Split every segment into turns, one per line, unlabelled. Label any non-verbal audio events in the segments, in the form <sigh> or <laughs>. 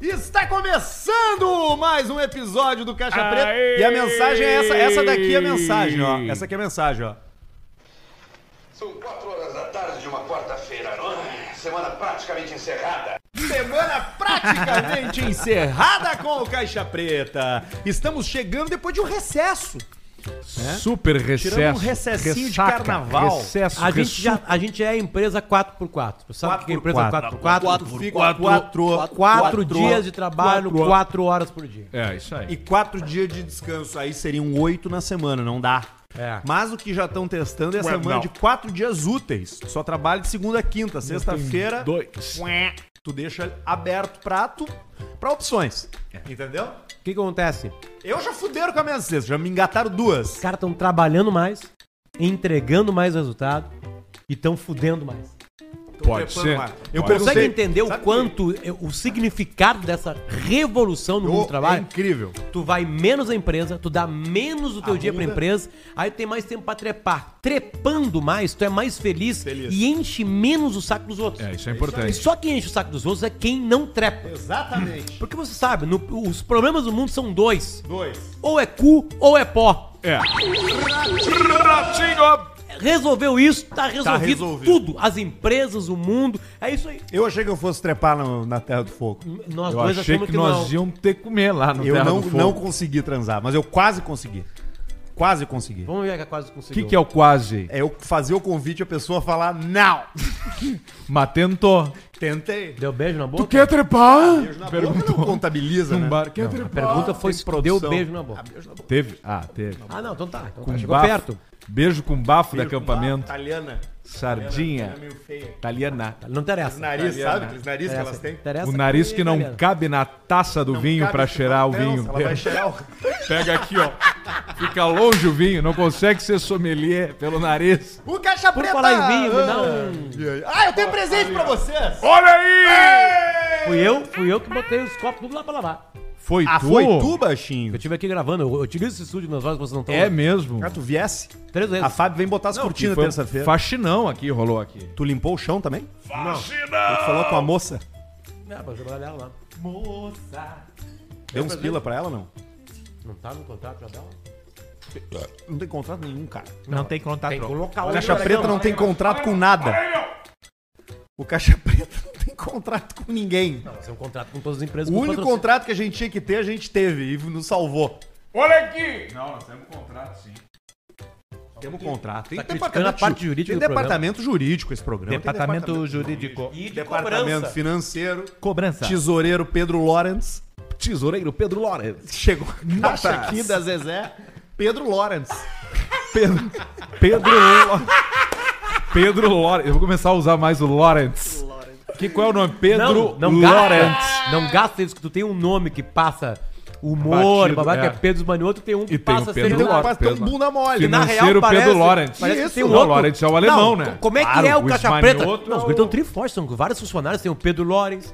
Está começando mais um episódio do Caixa Preta.
Aê!
E a mensagem é essa. Essa daqui é a mensagem, ó. Essa aqui é a mensagem, ó.
São quatro horas da tarde de uma quarta-feira, não é? Semana praticamente encerrada.
Semana praticamente <laughs> encerrada com o Caixa Preta. Estamos chegando depois de um recesso.
Super recesso.
Tirando um recessinho de carnaval.
Recesso,
A gente, já, a gente é a empresa 4x4. Você sabe o que é empresa 4x4? 4
Fica quatro,
dias de trabalho,
quatro-
4 horas por dia.
É, isso aí.
E quatro dias de descanso. Aí seriam oito na semana, não dá.
É.
Mas o que já estão testando é a
Ué,
semana
não.
de quatro dias úteis. Só trabalha de segunda a quinta. Sexta-feira,
Dois.
ué, tu deixa aberto prato pra opções. Entendeu?
O que, que acontece?
Eu já fuderam com a minha cesta, já me engataram
Os
duas.
caras estão trabalhando mais, entregando mais resultado e estão fudendo mais.
Pode ser.
Eu
Pode
Consegue
perguntei,
entender o
sabe
quanto, é, o significado dessa revolução no
que-
mundo
Ô,
do
É
trabalho?
incrível.
Tu vai menos à empresa, tu dá menos o teu dia pra
Ajuda.
empresa, aí tu tem mais tempo pra trepar. Trepando mais, tu é mais feliz,
Feliz.
e enche menos o saco dos outros.
É, isso é
E
importante.
só quem enche o saco dos outros é quem não trepa.
Exatamente.
Porque você sabe, no- os problemas do mundo são dois:
Dois.
ou é cu ou é pó.
É. Ratinho!
Resolveu isso, tá resolvido,
resolvido.
tudo. As empresas, o mundo, é isso aí.
Eu achei que eu fosse trepar no- na Terra do Fogo.
Nós
Eu
dois
achei
achamos
que,
que,
nós
não.
íamos ter que comer lá no
Eu
Terra
não,
do Fogo.
não consegui transar, mas eu quase consegui. Quase consegui.
Vamos ver que quase
O
conseguiu.
que, que é o quase?
É eu fazer o convite e a pessoa falar não.
Matento.
Tentei.
Deu beijo na boca?
quer trepar?
Perguntou. Não contabiliza,
Um
né?
bar. Quer
A
trepar?
pergunta foi
tem
se tu deu
produção.
beijo na boca.
Teve. Ah, teve.
Ah, não, então tá. Então tá,
Com
chegou
bafo.
perto.
Beijo com bafo de
Beijo com barba,
acampamento.
Italiana.
Sardinha.
Italiana meio feia.
Italiana.
Não interessa.
Os nariz,
Italiana.
sabe? Aqueles nariz que elas
Interessa,
têm.
interessa
O nariz
é
que não
italiano.
cabe na taça do vinho
cabe
pra
esse
cheirar o
papel,
vinho.
Ela vai cheirar o...
Pega aqui, ó. Fica longe o vinho, não consegue ser sommelier pelo nariz.
O caixa
Por
preta!
falar em vinho, me dá
Ah.
um-
E aí? Ah, eu tenho presente pra vocês!
Olha aí!
Fui eu, fui eu que botei os copos tudo lá pra lavar.
Foi
Ah,
tu?
foi tu, baixinho?
Eu tive aqui gravando, eu eu utilizo esse estúdio nas horas que vocês não estão.
É mesmo.
Ah, tu viesse?
Três vezes.
A Fábio vem botar as cortinas
Foi um
terça-feira.
Faxinão aqui, rolou aqui.
Tu limpou o chão também? Não. Tu falou com a moça?
É, pra jogar dela lá. Moça.
Deu uns pila pra ela, não?
Não tá no contrato já dela?
Não tem contrato nenhum, cara.
Não tem contato.
Tem que colocar um o
Caixa Preta não tem contrato com nada. O Caixa Preta <laughs> não tem contrato com ninguém.
Tem um contrato com todas as empresas.
O
com
único
patrocínio.
contrato que a gente tinha que ter, a gente teve e nos salvou.
Olha aqui! Não, nós temos contrato, sim. um
Temos contrato. Tem
Tá criticando a parte jurídica
Tem
do programa.
departamento jurídico esse programa.
Departamento,
tem
jurídico.
E de
departamento
cobrança.
financeiro.
Cobrança.
Tesoureiro Pedro Lawrence.
Tá. Tesoureiro Pedro Lores.
Chegou a
Notas.
caixa aqui da Zezé. Pedro Lawrence.
Pedro. Pedro. Lo- Pedro Lawrence. Eu vou começar a usar mais o Lawrence. Que qual é o nome? Pedro
Não, não gasta, não gasta isso, que tu tem um nome que passa humor,
Batido,
babá, que
é.
é Pedro Mani, outro tem um que
E tem o
passa
Pedro
celular.
Lawrence.
Mas tem um
Pedro.
bunda mole.
Que na real
Financeiro
parece,
Pedro Lawrence.
Parece
Isso,
que tem um
o
outro.
Lawrence é o alemão, né?
co- Como é que
Claro,
é o
o
Caixa
Ismanioto
Preta?
é
Não, os
o-
guris estão trifortes, são vários funcionários. Tem o Pedro Lawrence,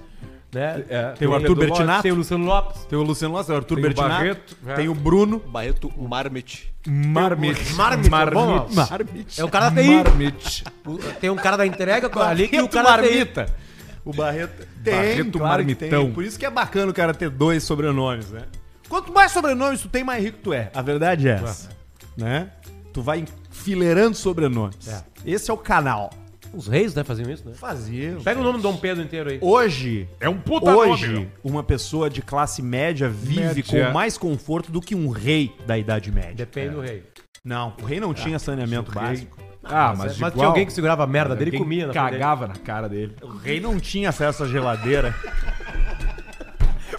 né?
É,
Tem o Arthur
Pedro
Bertinato.
Lawrence.
Tem o Luciano Lopes.
Tem o Luciano Lopes, tem o Arthur
Tem o
Bertinato,
Barreto, é.
tem o Bruno.
Barreto Marmit.
Marmite.
Marmite, é bom, ó. É o cara da TI.
Marmite.
O- Tem um cara da entrega com- ali que o
Barreto
cara da TI.
Marmita. O Barreto tem,
Barreto
claro que
Marmitão.
tem. Por isso que é bacana o cara ter dois sobrenomes, né? Quanto mais sobrenomes tu tem, mais rico tu é. A verdade é essa, né? Tu vai enfileirando sobrenomes.
É.
Esse é o canal.
Os reis, né, faziam isso, né?
Fazia.
Pega o nome do Dom Pedro inteiro aí.
Hoje,
É um puta
hoje,
nome.
uma pessoa de classe média vive
Média.
com mais conforto do que um rei da Idade Média.
Depende do rei.
Não, Ah, o rei não tinha saneamento básico.
Ah, mas,
Mas
igual.
tinha alguém que segurava a merda dele e
Alguém
comia na frente dele.
Cagava na cara dele.
O rei não tinha acesso à <laughs> geladeira.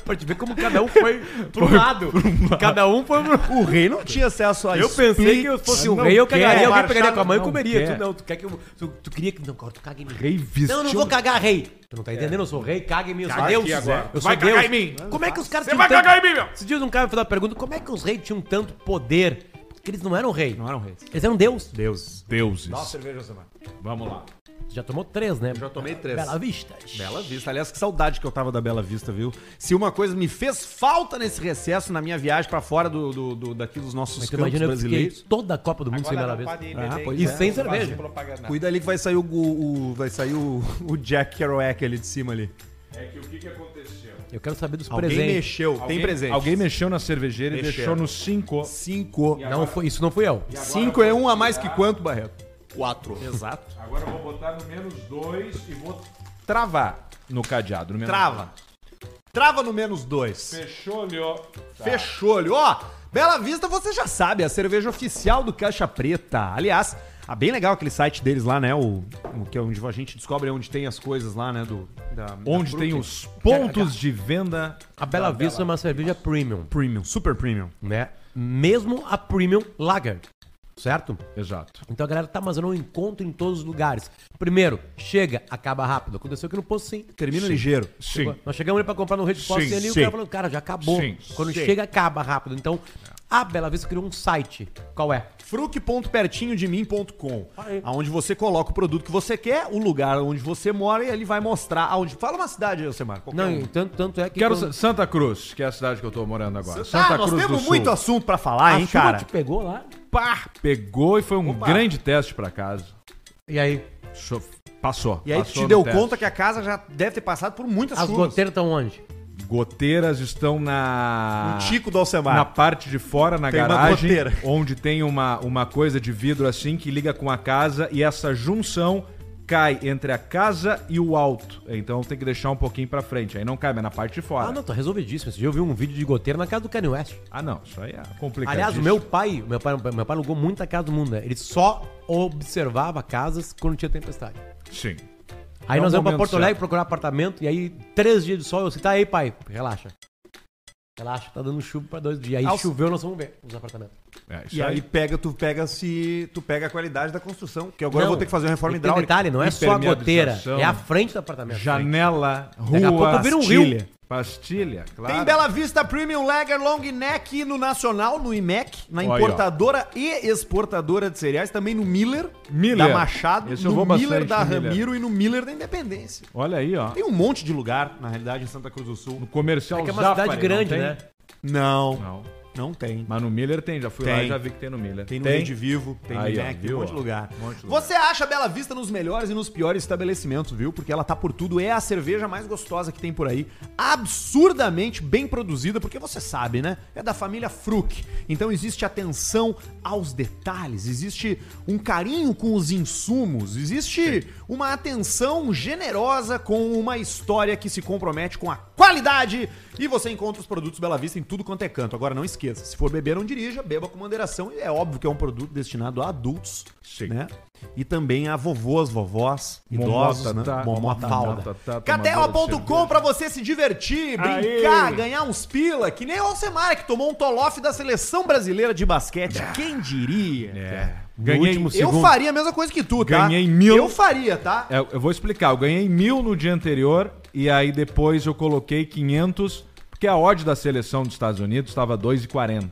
Pra te ver como cada um <laughs> foi pro lado. Cada um foi pro
O rei não tinha acesso a
Eu pensei que eu fosse um rei, eu cagaria, alguém pegaria com a mãe e
não
comeria.
quer.
Tu não, tu quer que eu. Tu, tu queria que. Não, agora tu caga em mim.
Rei vestiu.
Não, eu não vou cagar, rei. Tu não tá entendendo? Eu sou rei, caga em mim, eu sou
Caga
Deus.
aqui agora.
Eu sou
Vai
Deus.
cagar em mim.
Como é que os caras
Você vai
então.
cagar em mim, meu.
Esses dias um cara me fez uma pergunta: como é que os reis tinham tanto poder? Porque eles não é. eram rei.
Não um eram reis.
Eles eram Deus.
Deus.
Deuses.
cerveja, Samar.
Vamos lá.
Tu já tomou três, né?
Já tomei três.
Bela Vista.
Bela Vista. Aliás, que saudade que eu tava da Bela Vista, viu? Se uma coisa me fez falta nesse recesso, na minha viagem pra fora do, do, do- daqui dos nossos
Mas tu
campos
Então, imagina, eu fiquei
brasileiros.
toda a Copa do Mundo sem Bela Vista. E sem cerveja.
Cuida ali que vai sair o, o- vai sair o, o Jack Kerouac ali de cima ali.
É que o que, que aconteceu?
Eu quero saber dos
Alguém
presentes.
mexeu. Tem presente.
Alguém mexeu na cervejeira e
Mexeram.
deixou no 5.
Cinco.
Não foi, isso não fui eu.
Cinco é um a mais que quanto, Barreto?
Quatro.
Exato.
Agora eu vou botar no menos 2 e vou travar no cadeado. No menos
Trava. Trava no menos dois.
dois. Fechou, Leo. Tá.
Fechou, olho. Ó, Bela Vista, você já sabe, é a cerveja oficial do Caixa Preta. Aliás, ah, bem legal aquele site deles lá, né? O, o que é onde a gente descobre onde tem as coisas lá, né? Do, da-
Onde
da
tem
fruta.
os pontos de venda.
A Bela Vista é uma cerveja premium,
premium, super premium.
né? Mesmo a premium lager, certo?
Exato.
Então a galera tá, mas eu não encontro em todos os lugares. Primeiro, chega, acaba rápido. Aconteceu aqui no posto, sim.
Termina ligeiro.
Sim.
Nós chegamos ali pra comprar no Rede Post
Sim,
e ali o
sim.
cara falou, cara, já acabou.
Sim,
Quando
sim.
chega, acaba rápido. Então, a Bela Vista criou um site. Qual é?
fruc.pertinhodemim.com, aonde você coloca o produto que você quer, o lugar onde você mora e ele vai mostrar aonde. Fala uma cidade, Alcemar. qualquer
Não,
um.
tanto, tanto é que...
Quero
quando-
sa- Santa Cruz, que é a cidade que eu tô morando agora.
Ah,
Santa
nós
Cruz
temos
do
muito
Sul.
assunto pra falar,
a
hein,
chuva
cara.
te pegou lá?
Pá, pegou e foi um
Opa.
grande teste pra casa.
E aí?
So- Passou.
E aí tu
passou
te
no
deu
teste.
conta que a casa já deve ter passado por muitas
As goteiras estão onde?
Goteiras estão na.
Um
O Um Tico do Alcemar.
Ah. Na parte de fora, na
Tem uma
garagem,
<laughs>
goteira.
onde tem uma, uma coisa de vidro assim que liga com a casa e essa junção cai entre a casa e o alto. Então tem que deixar um pouquinho pra frente. Aí não cai, mas na parte de fora.
Ah, não, tá resolvidíssimo. Esse dia eu vi um vídeo de goteira na casa do Kanye West.
Ah, não, isso aí é complicado.
Aliás, o meu pai, meu pai, meu pai alugou muita casa do mundo, né? Ele só observava casas quando tinha tempestade.
Sim.
Aí
É o
nós vamos pra
momento
Porto
certo.
Alegre procurar apartamento e aí três dias de sol, eu disse, tá aí, pai, relaxa. Relaxa, tá dando chuva pra dois dias. Aí
Ah, o-
choveu, nós vamos ver os apartamentos.
É, isso
E aí
aí.
pega, tu pega se. Tu pega a qualidade da construção. Que agora eu vou ter que fazer uma reforma
e tem
hidráulica.
detalhe, não é só a goteira,
Impermeabilização.
é a frente do apartamento.
Janela, rua,
Daqui a pouco vira um rio.
pastilha. Pastilha, claro.
Tem Bela Vista Premium Lager Long Neck no Nacional, no IMEC, na
Olha, ó.
importadora e exportadora de cereais, também no Miller,
Miller.
da Machado,
Esse eu
no
vou
Miller
bastante
da
no Miller.
Ramiro e no Miller da Independência.
Olha aí, ó.
Tem um monte de lugar, na realidade, em Santa Cruz do Sul.
No comercial
É que é uma
Zafari, não
cidade grande,
tem?
né?
Não, não,
Não.
tem.
Mas no Miller tem, já fui lá
Tem.
e já vi que tem no Miller.
Tem no Rede Vivo, tem
Aí,
no
ó,
Mac, tem
viu,
um monte de
ó.
lugar.
Um monte de
Você acha a Bela Vista nos melhores e nos piores estabelecimentos, viu? Porque ela tá por tudo, é a cerveja mais gostosa que tem por aí, absurdamente bem produzida, porque você sabe, né? É da família Fruc. Então existe atenção aos detalhes, existe um carinho com os insumos, existe uma atenção generosa com uma história que se compromete com a qualidade e você encontra os produtos Bela Vista em tudo quanto é canto. Agora não esqueça, se for beber não dirija, beba com moderação e é óbvio que é um produto destinado a adultos,
Sim.
né? E também a vovôs, vovós,
Momota,
idosos, né?
tá,
Momota,
momota,
falda.
tá, tá,
KTO.com
tomadora
pra você se divertir, brincar, ganhar uns pila, que nem o Alcemar que tomou um tolofe da seleção brasileira de basquete. Quem diria?
Ah. É.
No
Ganhei,
último
Eu
segundo.
faria a mesma coisa que tu, tá?
Ganhei mil.
Eu faria, tá?
É, Eu vou explicar. Eu ganhei mil no dia anterior e aí depois eu coloquei 500, porque a odd da seleção dos Estados Unidos estava 2,40.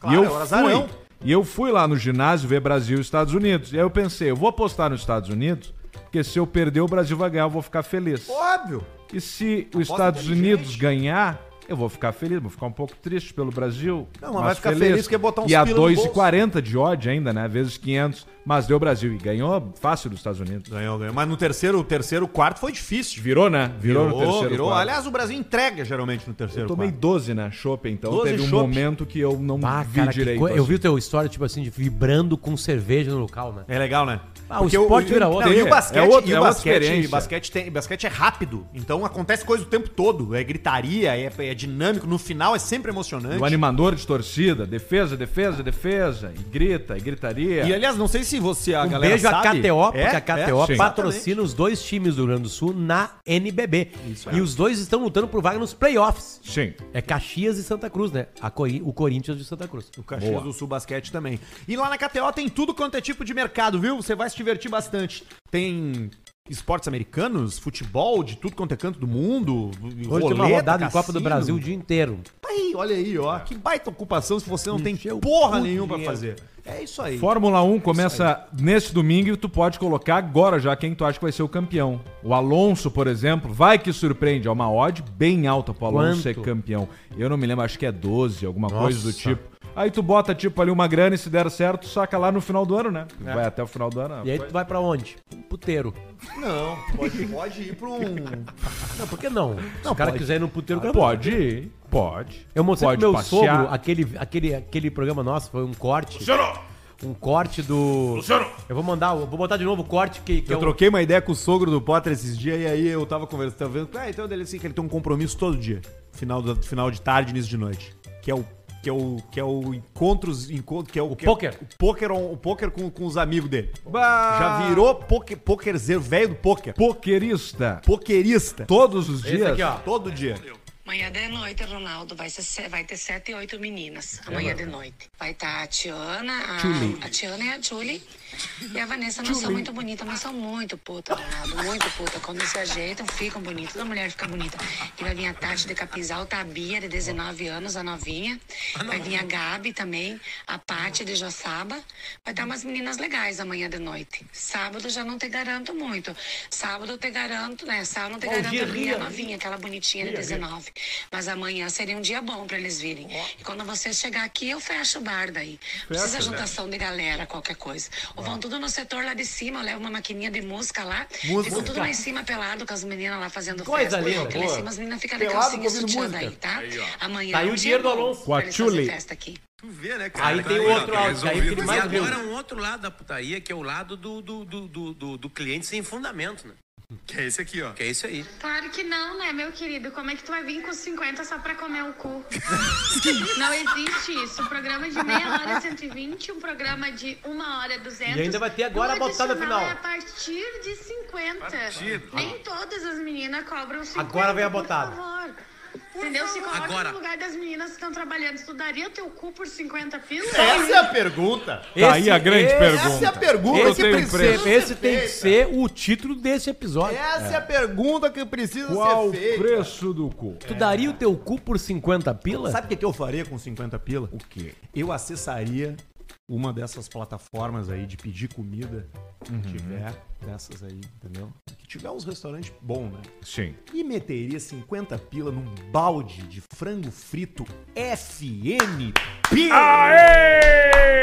Claro,
e
é
eu
o
fui,
azarão.
e eu fui lá no ginásio ver Brasil e Estados Unidos. E aí eu pensei, eu vou apostar nos Estados Unidos, porque se eu perder o Brasil vai ganhar, eu vou ficar feliz.
Óbvio.
E se os Estados
é inteligente.
Unidos ganhar, eu vou ficar feliz, vou ficar um pouco triste pelo Brasil.
Não, mas vai ficar feliz porque botar uns
E a
pila no
2,40 de odd ainda, né? Vezes 500, mas deu Brasil e ganhou fácil dos Estados Unidos.
Ganhou, ganhou. Mas no terceiro, o terceiro quarto foi difícil.
Virou, né? Virou, no terceiro
virou.
quarto.
Aliás, o Brasil entrega geralmente no terceiro
Eu tomei
quarto.
12 na chopp, então
12
teve um
chopp.
momento que eu não
Ah,
vi
cara, que
direito.
coi- eu
assim.
vi o teu história, tipo assim, de vibrando com cerveja no local, né?
É legal, né?
Ah, o esporte
o,
vira
não,
outro.
e
É,
o basquete,
é outro-
e o
é outra
basquete,
experiência.
basquete, tem, basquete é rápido. Então acontece coisa o tempo todo. É gritaria, é, é dinâmico. No final é sempre emocionante.
O animador de torcida, defesa, defesa, defesa, e grita, e gritaria.
E aliás, não sei se você, a
Um
galera
beijo
sabe.
à KTO, porque
É,
a KTO
é,
patrocina os dois times do Rio Grande do Sul na NBB. E os dois estão lutando por vaga nos playoffs.
Sim.
É Caxias e Santa Cruz, né? A Coi- o Corinthians de Santa Cruz.
O Caxias
Boa.
do Sul Basquete também. E lá na KTO tem tudo quanto é tipo de mercado, viu? Você vai se divertir bastante. Tem esportes americanos, futebol de tudo quanto é canto do mundo,
Hoje tem uma
roleta,
rodada de Copa do
cassino.
Brasil o dia inteiro.
Tá aí, olha aí, ó. Que baita ocupação se você não tem
Encheu
porra
o
nenhuma pra
dinheiro.
fazer. É isso aí.
Fórmula 1 começa neste domingo e tu pode colocar agora já quem tu acha que vai ser o campeão. O Alonso, por exemplo, vai que surpreende. É uma odd bem alta pro Alonso
Quanto?
ser campeão. Eu não me lembro, acho que é 12, alguma coisa do
Nossa.
tipo. Aí tu bota, tipo, ali uma grana e se der certo, saca lá no final do ano, né? Vai até o final do ano.
É. E aí tu vai pra onde? Um puteiro.
Não, pode, pode ir pra <laughs> um.
Não, por que não? Se o
Não,
cara
pode.
quiser ir num puteiro, o cara
Ah, Pode ir. Pode.
Eu mostrei
Pode
pro meu
passear.
sogro aquele, aquele, aquele programa nosso, foi um corte. Um corte do. Eu vou mandar, eu vou botar de novo o corte que, que
Eu
é um-
troquei uma ideia com o sogro do Potter esses dias e aí eu tava conversando, tava vendo. Ah, então ele assim, que ele tem um compromisso todo dia. Final, do, final de tarde, início de noite. Que é o. Que é o. Que é o encontros. Encontro, que é o. que é-
pôquer.
o pôquer, on- o pôquer com, com os amigos dele.
Bah!
Já virou pôquer, pôquerzeiro, velho do pôquer.
Poquerista.
Pôquerista.
Todos os
Esse
dias.
aqui, ó.
Todo dia.
Amanhã de noite, Ronaldo, vai, ser, se- vai ter sete e oito meninas. Amanhã de noite. Vai estar a Tiana, a, a Tiana e a Julie. E a Vanessa não são muito bonitas, mas são muito puta, Ronaldo. Muito puta. Quando se ajeitam, ficam bonitas. Toda mulher fica bonita. E vai vir a Tati de Capizal, a Bia, de 19 anos, a novinha. Vai vir a Gabi também, a Paty de Joçaba. Vai estar umas meninas legais amanhã de noite. Sábado já não te garanto muito. Sábado eu te garanto, né? Sábado eu te garanto a Bia novinha, aquela bonitinha de 19. Mas amanhã seria um dia bom pra eles virem. E quando você chegar aqui, eu fecho o bar daí. Precisa
né?
juntação de galera, qualquer coisa. Ou vão tudo no setor lá de cima, leva uma maquininha de música lá. Ficam tudo lá em cima pelado com as meninas lá fazendo
Coisa
festa.
linda,
Porque lá em
boa.
cima as meninas ficam de
Pelado,
calcinha e
ouvindo
sutiã
música.
daí, tá? Amanhã.
Tá aí
é um
o
dia
dinheiro do
bom
Alonso.
pra eles
Guatchuli.
fazerem festa aqui.
Tu vê, né, cara?
Aí
Tá
tem
aí,
outro
ó, tá
áudio, aí
resolvido.
tem
Mas
mais
e agora
um.
um outro lado da putaria, que é o lado do, do, do, do, do- do cliente sem fundamento, né? Que é esse aqui, ó. Que é isso aí.
Claro que não, né, meu querido? Como é que tu vai vir com 50 só pra comer
<laughs>
um cu? não existe isso. Um programa de meia hora é 120, um programa de uma hora é 200.
E ainda vai ter agora
E o
a botada
adicional
final.
É a partir de 50.
Partido.
Nem todas as meninas cobram 50,
Agora vem a
por
botada.
favor. Entendeu? Se coloca
Agora.
no lugar das meninas que estão trabalhando, estudaria o teu cu por 50 pilas?
Essa é a pergunta.
Tá aí a grande
esse-
pergunta.
Essa é a pergunta
Eu
Esse,
tenho
que
tem que ser-
emprego.
precisa
esse
ser
tem que
feita.
ser o título desse episódio.
Essa é a pergunta que precisa
Qual o
ser feita.
preço do cu?
Tu daria o teu cu por 50 pila?
Sabe o que que eu faria com 50 pila? O quê? Eu acessaria uma dessas plataformas aí de pedir comida
Uhum.
que tiver dessas aí, entendeu? Que tiver uns restaurantes bons, né?
Sim.
E meteria 50 pila num balde de frango frito FM
Aê!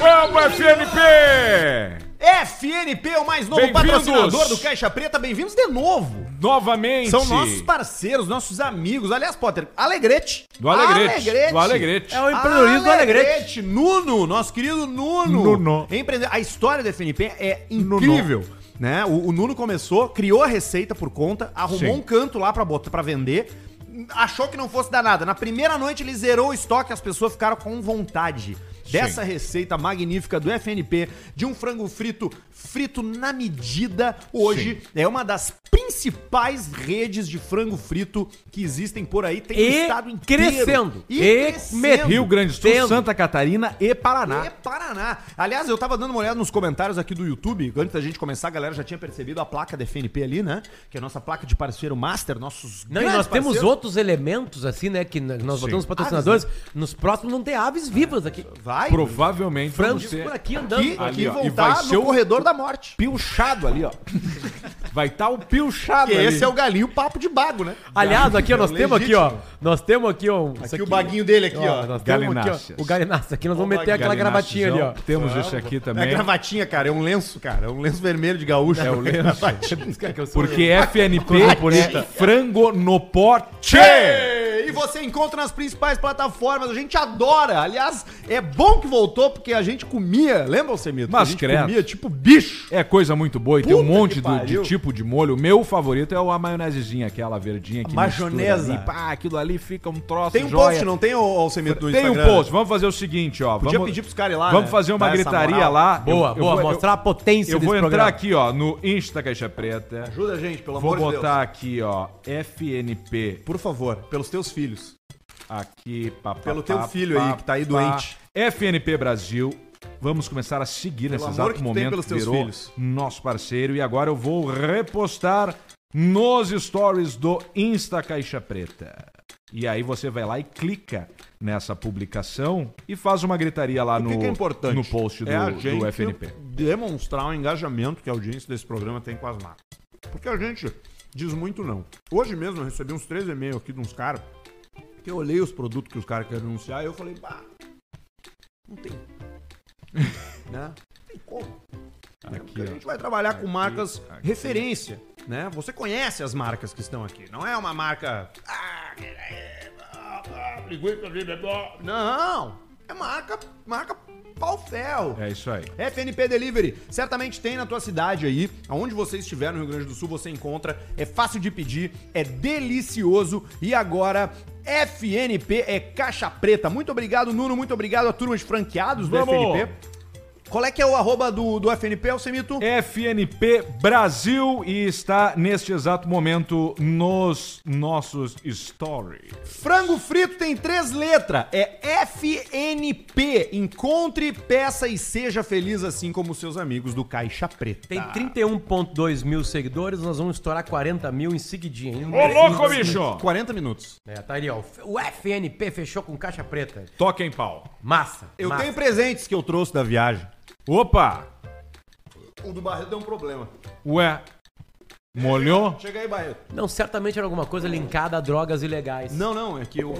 Vamos, FNP!
FNP, é o mais novo
Bem-vindos!
patrocinador do Caixa Preta. Bem-vindos de novo.
Novamente.
São nossos parceiros, nossos amigos. Aliás, Potter, Alegrete.
Do Alegrete. Do Alegrete.
É o empreendedorismo do Alegrete.
Nuno, nosso querido Nuno.
Nuno.
Empreende- A história do FNP é incrível. Né? O, o Nuno começou, criou a receita por conta, arrumou
Sim.
um canto lá pra, botar, pra vender, achou que não fosse dar nada. Na primeira noite ele zerou o estoque, as pessoas ficaram com vontade. Dessa receita magnífica do FNP, de um frango frito, frito na medida, hoje é uma das principais redes de frango frito que existem por aí. Tem
E
no estado inteiro.
crescendo.
E,
E
crescendo.
Rio Grande do Sul,
Tendo.
Santa Catarina e Paraná.
E Paraná. Aliás, eu tava dando uma olhada nos comentários aqui do YouTube. Antes da gente começar, a galera já tinha percebido a placa da FNP ali, né? Que é a nossa placa de parceiro master, nossos
Não, e
grandes
nós temos
parceiros.
outros elementos, assim, né? Que n- nós botamos patrocinadores. Nos próximos não tem aves vivas aqui.
Vai.
Provavelmente
Frangos
você
por aqui andando.
Aqui,
por aqui.
aqui
Ali, ó. E
voltar
vai ser
no
o-
corredor da morte.
pilchado ali, ó. Vai estar o pilchado
Que
ali.
esse é o galinho papo de bago, né?
Aliás, aqui,
<laughs>
ó, nós
Legítimo.
temos aqui, ó. Nós temos aqui, ó.
Aqui o baguinho dele aqui, ó.
Nós temos aqui,
Galináceas.
ó. O galináceo aqui, nós vamos meter aquela gravatinha ali, ó.
Temos esse aqui
É a
também.
gravatinha, cara. É um lenço, cara. É um lenço vermelho de gaúcho. <laughs> É o lenço. <laughs>
Porque FNP é frango no pote.
Tchê! E você encontra nas principais plataformas. A gente adora. Aliás, é bom que voltou porque a gente comia. Lembra, Alcemito?
Mas
a gente
credo.
comia tipo bicho.
É coisa muito boa e tem um
Puta
monte
que
do- de
pariu.
tipo de molho. O meu favorito é o- a maionesezinha, aquela verdinha que
Maionesa.
mistura ali. Pá, aquilo ali fica um troço
Tem um
joia.
post, não tem, ô, Alcemito, no
Tem um
Instagram?
post. Vamos fazer o seguinte, ó.
Podia
vamos
pedir pros caras ir lá,
Vamos
né?
fazer uma
Dar essa
gritaria
moral.
lá. Eu-
Boa,
eu
boa.
vou- eu-
mostrar a potência
Eu vou
desse
entrar
programa.
aqui, ó, no Insta Caixa Preta.
Ajuda a gente, pelo
Vou
amor de Deus.
botar aqui, ó, FNP
Por favor, pelos teus filhos.
aqui, papapá.
Pelo teu filho aí, que tá aí doente.
FNP Brasil. Vamos começar a seguir nesse
amor
exato
que tu tem
momento
pelos
que
teus
virou
filhos.
nosso parceiro. E agora eu vou repostar nos stories do Insta Caixa Preta. E aí você vai lá e clica nessa publicação e faz uma gritaria lá
O
no,
que, que é importante?
no post do,
é a
do
gente
FNP.
demonstrar o engajamento que a audiência desse programa tem com as marcas. Porque a gente diz muito não. Hoje mesmo eu recebi uns três e-mails aqui de uns caras que eu olhei os produtos que os caras querem anunciar e eu falei, bah, Não tem. né? Não tem como. né?
Aqui,
Porque a
ó.
gente vai trabalhar com marcas
aqui.
referência, né? Você conhece as marcas que estão aqui. Não é uma marca... "Ah, é, ah, ah, linguiça, vida é boa." Não! É marca, marca pau-fel.
É isso aí.
FNP Delivery, certamente tem na tua cidade aí, aonde você estiver no Rio Grande do Sul, você encontra, é fácil de pedir, é delicioso e agora FNP é caixa preta. Muito obrigado, Nuno, muito obrigado à turma de franqueados do
Vamos!
FNP. Qual é que é o arroba do, do FNP, Alcemito?
É.
FNP Brasil e está neste exato momento nos nossos stories.
Frango frito tem três letras, é FNP. Encontre, peça e seja feliz assim como seus amigos do Caixa Preta.
Tem
Tá.
31.2 mil seguidores, nós vamos estourar 40 mil em seguidinha. hein?
Ô louco, bicho!
40 minutos.
É, tá ali, ó. O FNP fechou com caixa preta.
Toca em pau.
Massa.
Eu
massa.
tenho presentes que eu trouxe da viagem.
Opa!
O do Barreto deu um problema.
Ué, molhou?
Chega aí, Barreto.
Não, certamente era alguma coisa linkada a drogas ilegais.
Não, não, é que eu.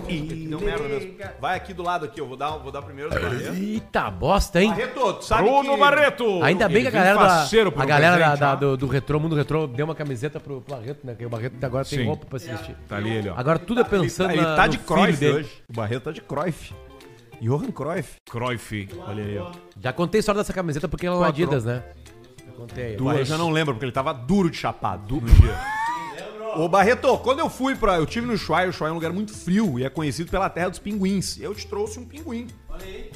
Deu merda mesmo. Vai aqui do lado aqui, eu vou dar, vou dar primeiro do Barreto.
Eita bosta, hein?
Barreto, tu sabe
Bruno
que...
Barreto!
Ainda bem que
Ele
a galera,
vem faceiro
da,
pro
a galera da-
presente,
da-
ó.
do, do retrô, mundo retrô, deu uma camiseta pro, pro Barreto, né? Que o Barreto agora tem
Sim.
roupa pra se vestir.
Tá ali ele, ó.
Agora tudo é pensando
Ele
na-
tá
no
de
filho
Cruyff
dele.
hoje. O Barreto tá de Cruyff. Johan Cruyff.
Cruyff.
Olha aí, ó.
Já contei a história dessa camiseta porque ela é uma
Quatro.
Adidas, né? Já contei.
O Barreto já não lembro, porque ele tava duro de chapado no dia. Ô Barreto, quando eu fui pra. Eu tive no Chuaia, o Chuaia é um lugar muito frio e é conhecido pela terra dos pinguins. Eu te trouxe um pinguim.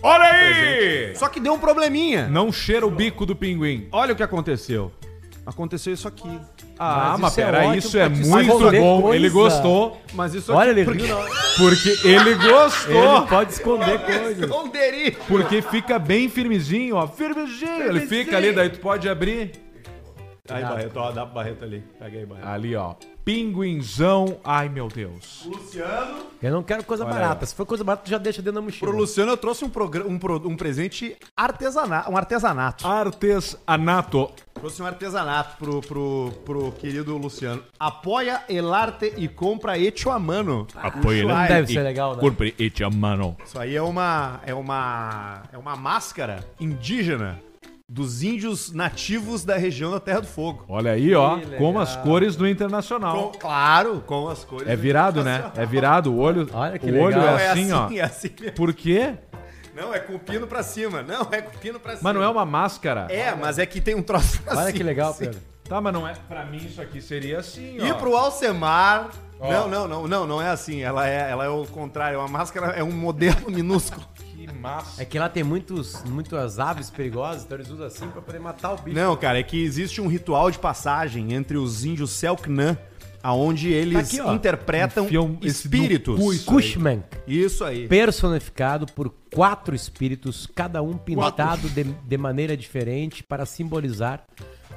Olha aí!
Só que deu um probleminha.
Não cheira o bico do pinguim.
Olha o que aconteceu. Aconteceu isso aqui.
Ah,
Mas
mas
isso é
peraí,
ótimo
isso é
pra te
muito
esconder
bom.
coisa.
Ele gostou.
Mas isso
Olha, ele
porque-
riu na hora.
Porque ele gostou.
Ele pode esconder
<laughs>
coisas.
um Esconderijo.
Porque fica bem firmezinho, ó. Firmezinho. Ele fica ali, daí tu pode abrir.
Aí, Barreto, ó, dá pro Barreto ali. Pega aí, Barreto.
Ali, ó. Pinguinzão. Ai, meu Deus.
Eu não quero coisa barata. Se for coisa barata, tu já deixa dentro da mochila.
Pro Luciano eu trouxe um, progra- um, pro- um presente artesanato, um artesanato.
Artesanato.
Trouxe um artesanato pro, pro, pro querido Luciano. Apoia El Arte e compra Etio a Mano.
Apoia
O
ele.
Shuai.
Deve ser legal, né?
Compre e te amano.
Isso aí é uma é uma é uma máscara indígena dos índios nativos da região da Terra do Fogo.
Olha aí, ó. Com as cores do Internacional.
Com- claro, com as cores.
É virado, né? É virado o olho.
Olha que
o olho
legal.
é
é
assim, ó.
é assim mesmo.
Por quê?
Não, é com o pino pra cima. Não, é com o pino pra cima.
Mas não é uma máscara.
É, mas é que tem um troço pra
Olha
cima,
que legal,
assim.
Pedro.
Tá, mas não é. Pra mim isso aqui seria assim, ó.
E pro Alcemar.
Ó.
Não, não, não, não, não é assim. Ela é, ela é o contrário. A máscara é um modelo <laughs> minúsculo.
Que massa.
É que lá tem muitos, muitas aves perigosas, então eles usam assim pra poder matar o bicho.
Não, cara, é que existe um ritual de passagem entre os índios Selknam, aonde eles
Tá aqui, ó. Um
interpretam
Enfiam esse no
espíritos.
cu isso
Cushman,
Isso aí.
personificado por quatro espíritos, cada um pintado de, de maneira diferente para simbolizar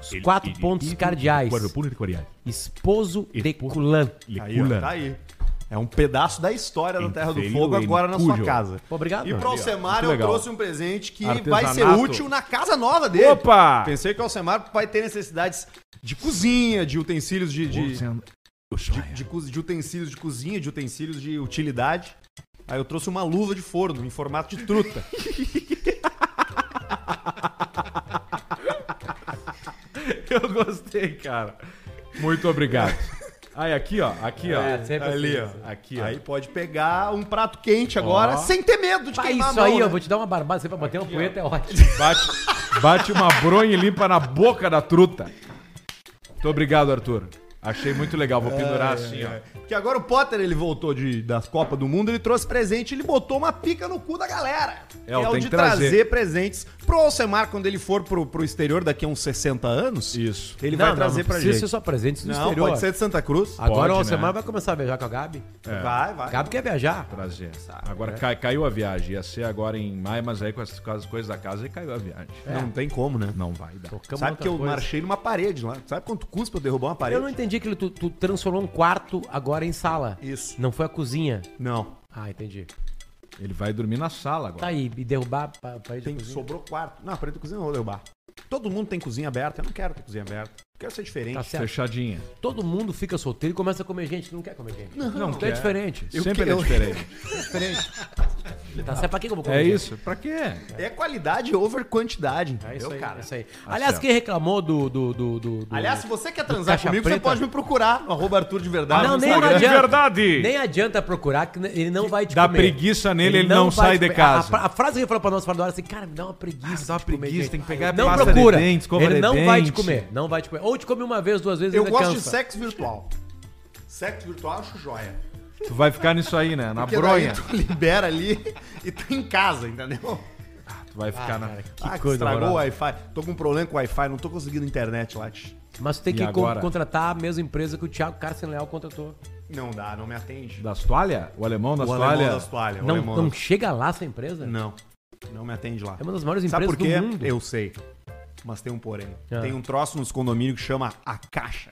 os quatro pontos cardeais.
pulo de coreano.
Esposo de Culan.
Aí, ó, tá aí. É um pedaço da história da Terra do
Inferior
Fogo
em
agora na sua
cujo.
casa.
Pô, obrigado.
E pro Alcemar
Muito
eu
legal.
trouxe um presente que vai
Artesanato.
ser útil na casa nova dele.
Opa!
Pensei que o Alcemar vai ter necessidades de cozinha, de utensílios de, de, de co- de utensílios de cozinha, de utensílios de utilidade. Aí eu trouxe uma luva de forno em formato de truta.
Eu gostei, cara. Muito obrigado.
<laughs>
Aí aqui, ó. Aqui, ó.
É, sempre
Ali, ó.
assim.
Aqui, ó.
Aí pode pegar um prato quente agora, sem ter medo de
Pá,
queimar
isso
a mão,
aí,
né?
eu vou te dar uma barbada, você pra bater uma punheta é ótimo.
Bate, bate uma bronha e limpa na boca da truta. Muito obrigado, Arthur. Achei muito legal. Vou pendurar assim, ó.
Porque agora o Potter, ele voltou de, da Copa do Mundo, ele trouxe presente, ele botou uma pica no cu da galera.
É, eu
o
tenho
de
que trazer.
presentes pro Alcemar quando ele for pro, pro exterior daqui a uns 60 anos.
Isso.
Ele vai trazer pra
precisa
gente.
ser só presente do
Não,
é exterior.
pode Tá. ser de Santa Cruz.
Agora
Pode,
o Alcemar
né?
vai começar a viajar com a Gabi.
é.
Vai, vai.
A Gabi quer viajar.
Prazer. Agora
né?
cai- caiu a viagem. Ia ser agora em maio, mas aí com as, com as coisas da casa aí caiu a viagem.
Não tem como, né?
Não vai dar.
Tocamos
Sabe
É. outra
que eu
coisa.
marchei numa parede lá. Sabe quanto custa pra eu derrubar uma parede?
Eu não entendi que tu, tu transformou um quarto agora em sala.
Isso.
Não foi a cozinha.
Não.
Ah, entendi.
Ele vai dormir na sala agora.
Tá aí, e derrubar pra, pra ir
Tem, sobrou quarto. Não, a parede da cozinha eu vou derrubar. Todo mundo tem cozinha aberta. Eu não quero ter cozinha aberta. Eu quero ser diferente.
Tá certo.
Fechadinha.
Todo mundo fica solteiro e começa a comer gente. Tu não quer comer gente. Não,
Não
é diferente.
Eu
Sempre
<laughs> que-
ele é
eu-
diferente.
diferente.
Tá certo? Pra que que eu vou comer?
É
gente?
isso? Pra quê?
É qualidade over quantidade.
É isso
entendeu,
aí,
cara. Tá
é isso aí. Aliás,
certo.
quem reclamou do. do, do, do, do-
Aliás, se você quer transar
Caixa
comigo, você
Preta. Ah,
pode me procurar no arroba Arthur de Verdade.
Não,
no
nem
Instagram.
não adianta.
verdade.
Nem adianta procurar, que ele não vai te
Dá
comer.
preguiça nele, ele não
vai
sai
te
de
comer.
casa.
A, a frase que ele falou pra nós fora do ar assim, cara, me dá uma preguiça.
Ah, dá uma
de comer,
preguiça,
gente.
tem que pegar
Não
pasta de
procura.
dente, escova
ele
de
não vai te
dente.
comer. Não vai te comer. Ou te come uma vez, duas vezes,
Eu
ainda
gosto de
cansa.
sexo virtual. Sexo virtual eu acho joia.
Tu vai ficar nisso aí, né? Na
Porque daí
bronha.
tu libera ali e tá em casa, entendeu?
Tu vai ficar na.
Que ah,
coisa
estragou o
horrorosa.
Wi-Fi. Tô com um problema com o Wi-Fi, não tô conseguindo internet lá. tch.
Mas tu tem
E
que co-
agora?
contratar a mesma empresa que o Thiago Carsten Leal contratou.
Não dá, não me atende.
Das toalhas? O alemão das
o alemão das
toalhas?
toalhas. o
Não,
alemão
não
das-
chega lá essa empresa?
não, não me atende lá.
É uma das maiores
Sabe
empresas
por quê?
do mundo.
Eu sei. Mas tem um porém.
Ah.
Tem um troço nos condomínios que chama a caixa.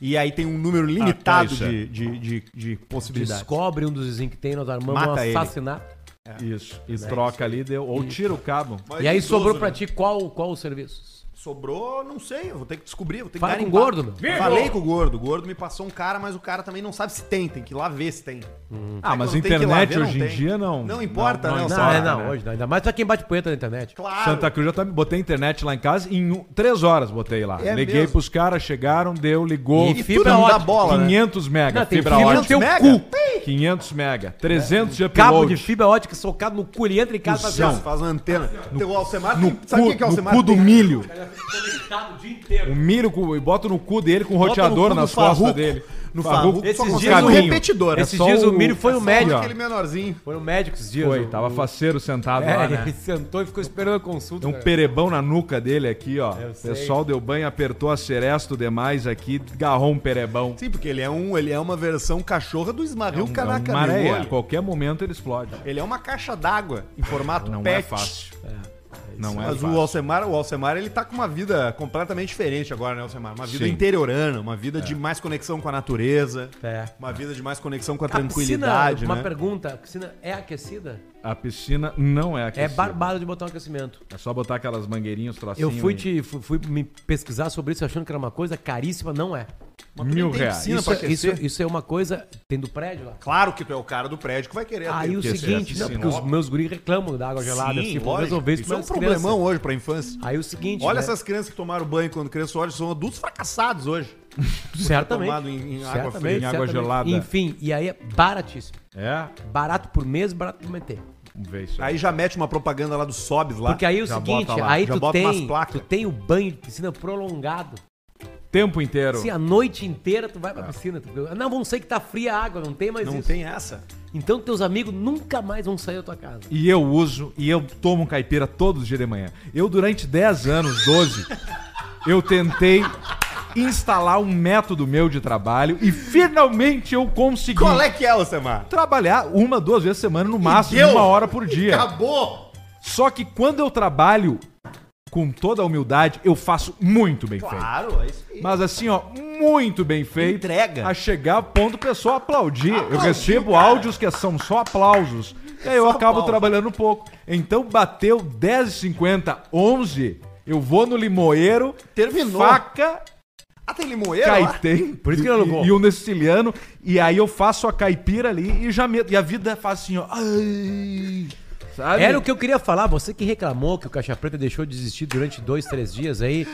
E aí tem um número limitado
caixa.
de, de, de, de possibilidades.
Descobre um dos vizinhos que tem, nós armamos um
Mata ele.
assassinato. É.
Isso. E
Né?
troca ali, deu. Ou tira o cabo.
Mas
E aí
idoso,
sobrou pra
né?
ti qual, qual o serviço?
Sobrou, não sei, eu vou ter que descobrir. Vou ter
Fala
que
com o
garimpar.
gordo, meu.
Falei com o gordo. O gordo me passou um cara, mas o cara também não sabe se tem. Tem que ir lá ver se tem.
Ah,
Aí
mas
quando tem que ir lá
internet
ver, não
hoje em
tem.
dia não.
Não importa, né?
Hum. Não,
só-
é, não, hoje não. Ainda mais pra quem bate punheta na internet.
Claro.
Santa Cruz já tá, botei internet lá em casa em um- três horas botei lá.
É
Liguei
mesmo?
pros caras, chegaram, deu, ligou.
E
E
fibra
tu não dá
ótica,
bola, né?
500 mega,
Não, tem
fibra
fibra
ótica.
no teu
mega?
cu.
500 mega, 300 de
Cabo
upload.
de fibra ótica socado no cu. Ele entra em casa e faz
Já
assim,
se faz uma antena. Teu Alcemar
no
tem- sabe o
cu,
que que é
no
Alcemar?
cu do
tem?
milho.
ó. o dia inteiro.
O milho com, e bota no cu dele com o
Bota no
roteador
cu do
nas
farruco.
costas dele.
No farruco,
só
esses
com os
dias o
cabinhos.
repetidor, é
Esses
só
dias o Milho foi o
só
médico.
Aquele menorzinho.
Foi o médico esses dias.
Foi,
o-
tava faceiro sentado
É,
lá,
ele
né?
sentou e ficou esperando a consulta.
Tem um
cara.
perebão na nuca dele aqui, ó.
Eu
O
sei.
pessoal deu banho, apertou a seresto demais aqui, garrou um perebão.
Sim, porque ele é, um, ele é uma versão cachorra do Esmarril
É um-
Canaca
é uma areia. A
Miolho.
qualquer momento ele explode.
Ele é uma caixa d'água em formato
Não
pet.
é fácil. Não é
Mas
fácil.
o Alcemar, o Alcemar, ele tá com uma vida completamente diferente agora, né, Alcemar? Uma vida
Sim. É.
interiorana, uma vida de mais conexão com a natureza,
É.
uma vida de mais conexão com a,
A
tranquilidade,
piscina,
né?
Uma pergunta, a piscina é aquecida?
A piscina não é
É
aquecida.
barbado de botar um aquecimento.
É só botar aquelas mangueirinhas, trocinhos.
Eu fui,
e-
te, fu- fui me pesquisar sobre isso achando que era uma coisa caríssima, não é.
Mil
Tem
reais.
piscina
Isso,
pra aquecer?
isso- isso é uma coisa, tem do prédio lá.
Claro que tu é o cara do prédio que vai querer
Ah,
Aí o
ter- é
aquecer,
seguinte, não,
aquecer,
porque os
óbvio.
meus guris reclamam da água gelada,
Sim,
assim, vou
lógico.
resolver isso,
isso é um
mas criança.
problemão hoje pra infância.
Aí o seguinte,
Olha
né,
essas crianças que tomaram banho quando criança, olha, são adultos fracassados hoje.
certamente,
é tomado em- em água
certamente,
fria,
em água
certamente.
gelada.
Enfim, e aí é baratíssimo.
É?
Barato por mês, barato por manter.
Vamos ver isso aí.
Aí já mete uma propaganda lá do Sobs lá.
Porque aí é o
já
seguinte,
bota lá,
aí
já
tu
bota umas
tem,
placas.
tu tem o banho de piscina prolongado.
Tempo inteiro.
Assim, a noite inteira tu vai pra piscina. Tu... Não, vamos sei que tá fria a água, não tem mais
É. não
isso.
tem essa.
Então teus amigos nunca mais vão sair da tua casa.
E eu uso, e eu tomo caipira todos os dias de manhã. Eu, durante 10 anos, 12, eu tentei instalar um método meu de trabalho e finalmente eu consegui
Qual é que é, Alcemar?
trabalhar uma, duas vezes por semana, no máximo
deu.
uma hora por dia.
Acabou!
Só que quando eu trabalho com toda a humildade, eu faço muito bem feito.
Claro, é isso aí.
Mas assim, ó, muito bem feito.
Entrega.
A chegar a ponto do pessoal aplaudir. eu
Aplaudir,
recebo
cara.
áudios que são só aplausos. E aí eu
Só
acabo
aplauso.
trabalhando um pouco. Então bateu 10h50, 11 eu vou no limoeiro,
Terminou.
faca,
Ah, tem limoeiro lá?
caetém
Por isso que ele alugou.
e, e um nestilhano, e aí eu faço a caipira ali e já meto. E a vida faz assim, ó. ai, sabe?
Era o que eu queria falar. Você que reclamou que o Caixa Preta deixou de existir durante dois, três dias aí.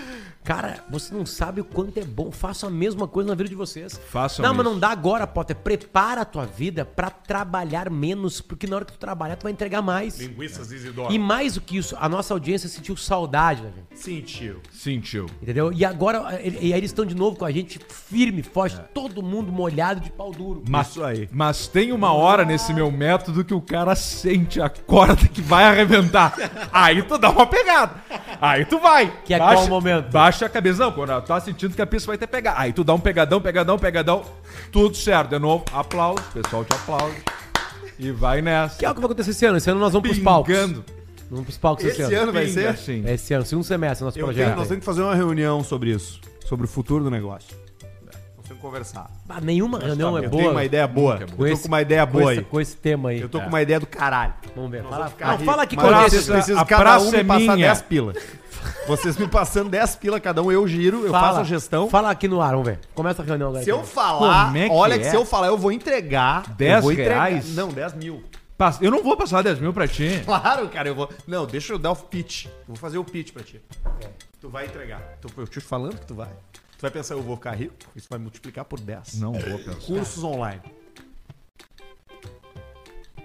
Cara, você não sabe o quanto é bom. Faça a mesma coisa na vida de vocês.
Façam
Não, mas
isso.
não dá agora, Potter. Prepara a tua vida pra trabalhar menos, porque na hora que tu trabalhar, tu vai entregar mais.
Linguiças
E
Isidoro.
mais do que isso, a nossa audiência sentiu saudade, né, gente?
Sentiu.
Sentiu.
Entendeu? E agora, e e aí eles estão de novo com a gente firme, forte, todo mundo molhado de pau duro.
Mas,
Isso aí.
mas tem uma hora nesse meu método que o cara sente a corda que vai arrebentar. Aí tu dá uma pegada. Aí tu vai.
Que é qual momento?
Baixa a cabeça. Não, quando tá sentindo que a pista vai até pegar. Aí tu dá um pegadão, pegadão, pegadão. Tudo certo. De novo, aplauso. O pessoal te aplaude. E vai
Que é
nessa.
o que vai acontecer esse ano. Esse ano nós vamos pros palcos.
Pingando.
Vamos pros palcos esse,
Esse
ano.
ano vai
Pinga,
ser?
assim.
É Esse ano, segundo semestre, nosso
Eu
projeto.
tenho- nós temos que fazer uma reunião sobre isso. Sobre o futuro do negócio. Nós temos que conversar.
Bah, nenhuma reunião é
tá eu
boa.
tenho uma ideia boa. Eu tô com uma ideia
com
boa
esse-
aí.
Com esse tema aí. Tá.
Eu tô com uma ideia do caralho.
Vamos ver.
Nós
Fala,
vamos ficar
não,
rico.
fala aqui
Mas
qual é
vocês
esse.
essa-
precisam
a
cada
praça
um me
é
passar
minha.
10 pila. Vocês me passando 10 pila cada um, eu giro, eu faço a gestão.
Fala aqui no ar, vamos ver. Começa a reunião agora.
Se eu
aqui.
falar,
Como é que
olha que
é?
se eu falar, eu vou entregar.
10
eu vou
reais?
Não, 10 mil.
Passa- Eu não vou passar 10 mil pra ti.
Claro, cara, eu vou. Não, deixa eu dar o pitch. Eu vou fazer o pitch pra ti. Tu vai entregar. Tu- eu te falando que tu vai. Tu vai pensar, eu vou ficar rico? Isso vai multiplicar por 10.
Não vou pensar.
Cursos online.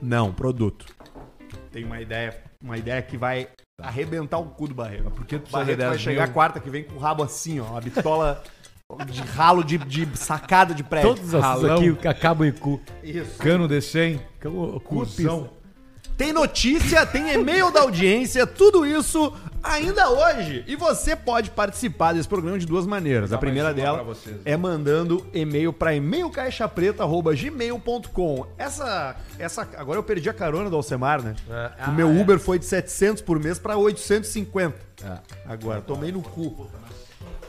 Não, produto. Tem uma ideia, uma ideia que vai arrebentar o cu do Barreto.
por que tu precisa
Barreto
de 10
vai chegar
mil?
quarta que vem com o rabo assim, ó, uma bitola de ralo de, de sacada de prédio.
então. Todos os assuntos
Ralão.
aqui acabam em cu.
Isso.
Cano de 100.
Cu- cu-
Cusão.
Tem notícia, tem e-mail da audiência, tudo isso ainda hoje. E você pode participar desse programa de duas maneiras. A
mais
primeira
uma
dela
pra vocês, né?
é mandando e-mail para e-mailcaixapreta@gmail.com. Essa essa agora eu perdi a carona do Alcemar, né?
É.
o meu
Ah,
Uber foi de 700 por mês para 850.
É.
Agora tomei no cu.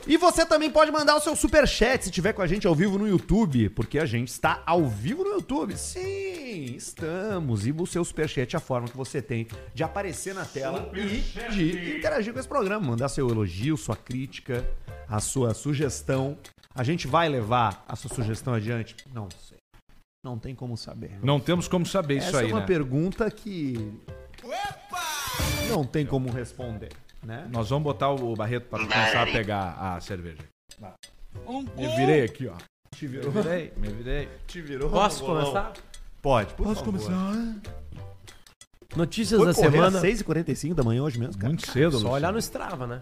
E você também pode mandar o seu superchat se tiver com a gente ao vivo no YouTube, porque a gente está ao vivo no YouTube. Sim, estamos. E o seu superchat é a forma que você tem de aparecer na tela e de interagir com esse programa. Mandar seu elogio, sua crítica, a sua sugestão. A gente vai levar a sua sugestão adiante? Não sei. Não tem como saber.
Não temos como saber isso
Essa
aí,
é uma
né?
pergunta que. Não tem como responder, né?
Nós vamos botar o Barreto pra começar a pegar a cerveja.
Um
Me virei aqui, ó. Te virou. Me virei, me virei.
Te virou.
Posso
bolão.
começar?
Pode, por
Posso
favor.
começar?
Notícias
Foi
da
correr
semana.
às 6h45 da manhã hoje mesmo, cara?
Muito cedo,
Só
Luciano.
olhar no Strava, né?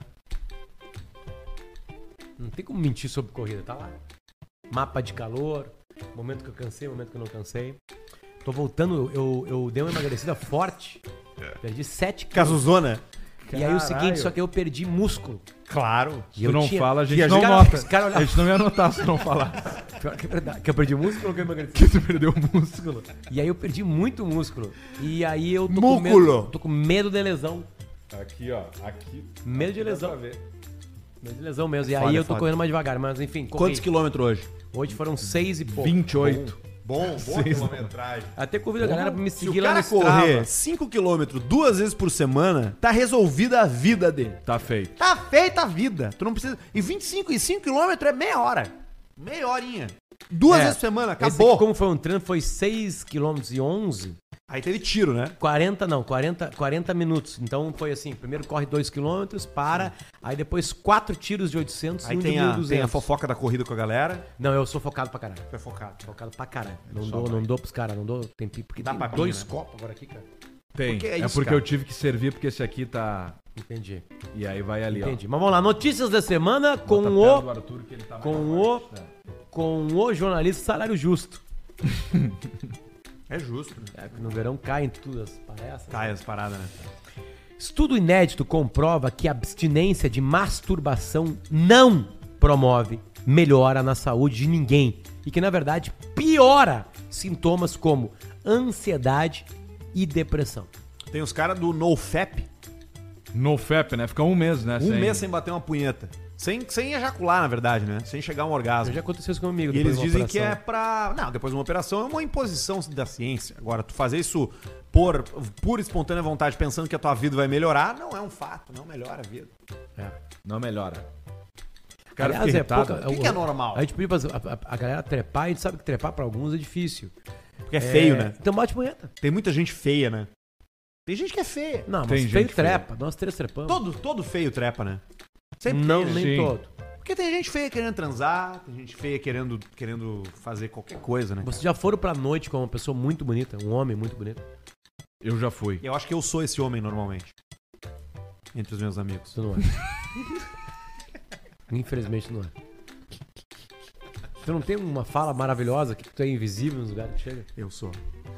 Não tem como mentir sobre corrida, tá lá. Mapa de calor, momento que eu cansei, momento que eu não cansei. Tô voltando, eu, eu dei uma emagrecida forte.
É.
Perdi 7 quilos.
Casuzona?
E aí o seguinte, só que eu perdi músculo.
Claro.
E
Se
eu
tu não
tinha-
fala, a
E
gente
os
não
cara-
nota.
os cara
A
olhavam-
gente não ia notar se não falar.
Pior que é verdade. Que eu perdi músculo ou que eu emagreci? <laughs>
Que tu perdeu o músculo.
E aí eu perdi muito músculo. E aí eu tô com
Múculo.
medo, tô com medo de lesão.
Aqui, ó. Aqui.
Medo de lesão. Medo de lesão mesmo. E aí
Foda,
eu tô
foda.
correndo mais devagar, mas enfim, corri.
Quantos quilômetros hoje?
Hoje foram seis e pouco.
28.
Bom, boa quilometragem.
Até convido a galera pra me
Se o
seguir lá no
cara
Strava.
correr 5 quilômetros duas vezes por semana, tá resolvida a vida dele.
Tá feito.
Tá feita a vida. Tu não precisa. E 25 e 5 quilômetros é meia hora. Meia horinha. Duas
É.
vezes por semana,
Esse
acabou.
aqui, como foi um treino, foi 6 km e 11,
Aí teve tiro, né?
40 não, 40, 40 minutos. Então foi assim, primeiro corre 2 km, para, aí depois quatro tiros de 800 e
Aí
um
tem
de
a,
1200.
tem a fofoca da corrida com a galera.
Não, eu sou focado pra caralho.
Foi focado.
Focado pra caralho. Não dou, não dou pros caras, não dou tempo porque
Dá
tem
pra mim,
dois
né?
copos agora aqui, cara.
Tem.
Porque é
é
isso,
porque
cara.
eu tive que servir, porque esse aqui tá.
Entendi.
E aí vai ali, ó.
Entendi. Mas vamos lá, notícias da semana com
Bota perto do
o
Arthur, que ele tá mais
com
na
o
frente, né?
com o jornalista salário justo.
É justo, né?
É, que no verão caem tudo as palestras.
Cai as paradas, né?
Estudo inédito comprova que a abstinência de masturbação não promove melhora na saúde de ninguém e que, na verdade, piora sintomas como ansiedade e depressão.
Tem os caras do NoFap.
No FEP, né? Fica um mês, né?
Um mês sem bater uma punheta. Sem, sem ejacular, na verdade, né? Sem chegar a um orgasmo.
Eu já aconteceu isso comigo.
E
depois
eles
de uma
dizem que é
operação.
pra. Não, depois de uma operação é uma imposição da ciência. Agora, tu fazer isso por pura e espontânea vontade, pensando que a tua vida vai melhorar, não é um fato, não melhora a vida.
É.
Não melhora. Cara,
Aliás,
fica
é
irritado.
pouca,
O que que é normal?
A gente pediu pra a, a- a galera trepar, a gente sabe que trepar pra alguns é difícil.
Porque é, feio, né?
Então bate punheta.
Tem muita gente feia, né? Tem gente que é feia.
Não, mas
Tem
feio
gente feia.
trepa. Nós três trepamos.
Todo, todo feio trepa, né? Sempre
não,
tem, né?
nem
Sim.
todo.
Porque tem gente feia querendo transar, tem gente feia querendo, querendo fazer qualquer coisa, né?
Vocês já foram pra noite com uma pessoa muito bonita, um homem muito bonito.
Eu já fui.
E Eu acho que eu sou esse homem normalmente. Entre os meus amigos.
Tu
<laughs>
não é. Infelizmente não é. Tu não tem uma fala maravilhosa que tu é invisível nos lugares que chega?
Eu sou.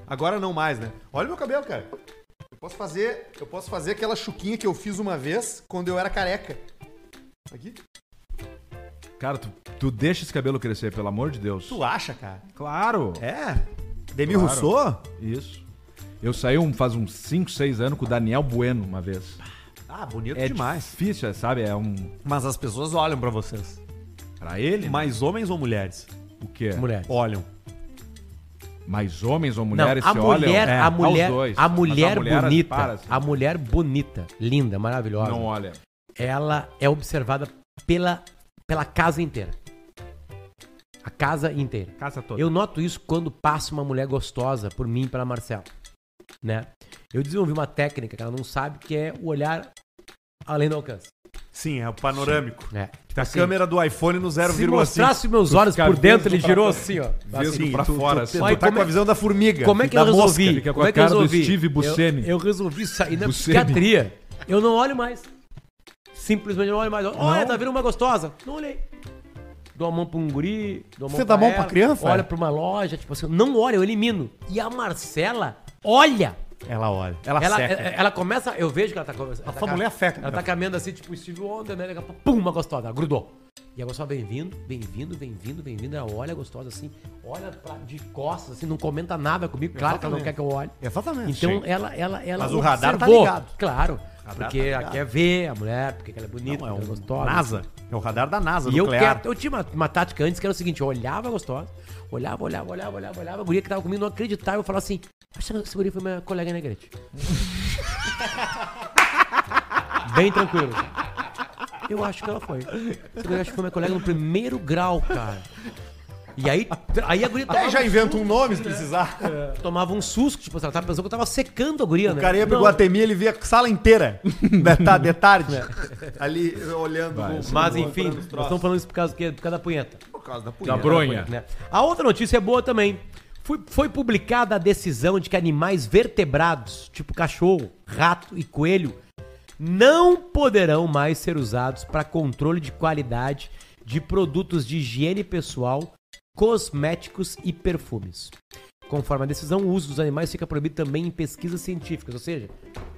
Agora não mais, né? Olha o meu cabelo, cara. Eu posso fazer, eu posso fazer aquela chuquinha que eu fiz uma vez quando eu era careca. Aqui?
Cara, tu, tu deixa esse cabelo crescer, pelo amor de Deus.
Tu acha, cara?
Claro.
É. Demi
Claro.
Rousseau?
Isso. Eu saí um, faz uns 5, 6 anos com o Daniel Bueno uma vez.
Ah, bonito
É
demais.
difícil, é, sabe? É um.
Mas as pessoas olham para vocês.
Pra ele? né?
Mais homens ou mulheres?
o quê?
Mulher.
Olham.
Mais homens ou
Não,
mulheres
a
se
mulher,
olham? É,
a
aos
mulher,
dois.
a
Mas
mulher
as-
bonita,
para, assim,
a mulher bonita, linda, maravilhosa.
não olha.
ela é observada pela pela casa inteira. A casa inteira.
Casa toda.
Eu noto isso quando passa uma mulher gostosa por mim e pela Marcela. né? Eu desenvolvi uma técnica que ela não sabe, que é o olhar além do alcance.
Sim, é o panorâmico.
É.
A câmera assim, do iPhone no
Se
0,5.
mostrasse meus olhos
fica
por dentro,
visto
ele
pra
girou
fora.
assim, ó.
Visto
Assim.
pra fora.
Você
assim.
Mas
tá
como
com a
é-
visão da formiga.
Como é que
da
eu resolvi?
mosca.
Fica com
Como
a
é que eu
cara do
resolvi?
Steve Buscemi.
Eu, eu resolvi sair na
Buscemi.
psiquiatria. Eu não olho mais. Simplesmente não olho mais. Olha, tá vindo uma gostosa. Não olhei. Dou a mão pra um guri, dou a mão
Você dá a mão
ela,
pra criança?
Olha pra uma loja, tipo assim, não olha, eu elimino. E a Marcela olha.
Ela olha. Ela, é-
Ela, é,
seca.
ela- ela começa, eu vejo que ela tá conversando.
A mulher né? feca.
Ela tá caminhando assim, tipo Steve Wonder, né? Daqui a pouco, pum, uma gostosa, ela grudou. E a gostosa, bem-vindo, bem-vindo, bem-vindo, bem-vindo. Ela olha a gostosa assim, olha pra- de costas, assim, não comenta nada comigo. Claro que ela não quer que eu olhe.
é- Exatamente.
Então ela, ela, ela.
Mas o radar tá
observou,
ligado.
Claro.
tá
porque ela
ligado.
quer ver a mulher, porque ela é bonita,
é
porque
um
ela é gostosa.
NASA. É o radar da NASA,
E eu,
nuclear.
quero, eu tinha uma, uma tática antes que era o seguinte: eu olhava a gostosa, olhava, olhava, olhava, olhava, olhava, a guria que tava comigo não acreditava. Eu falava assim: essa, essa guria foi minha colega né, Gretchen? <laughs> Bem tranquilo. Eu acho que ela foi. Essa guria acho que foi minha colega no primeiro grau, cara. E aí, aí a guria tomava,
Até já inventa um nome se precisar. <laughs>
tomava um susto, tipo, ela tava pensando que eu tava secando a guria, né?
O cara ia pro Guatemi, ele via a sala inteira. da ta- de tarde. <laughs> Ali olhando. o-
Mas
o-
enfim,
olhando
nós
os troços.
estamos falando isso por causa, do quê? por causa da punheta.
Por causa da
Da
punheta.
bronha.
né? A outra notícia é boa também. Foi, foi publicada a decisão de que animais vertebrados, tipo cachorro, rato e coelho, não poderão mais ser usados para controle de qualidade de produtos de higiene pessoal, cosméticos e perfumes. Conforme a decisão, o uso dos animais fica proibido também em pesquisas científicas, ou seja,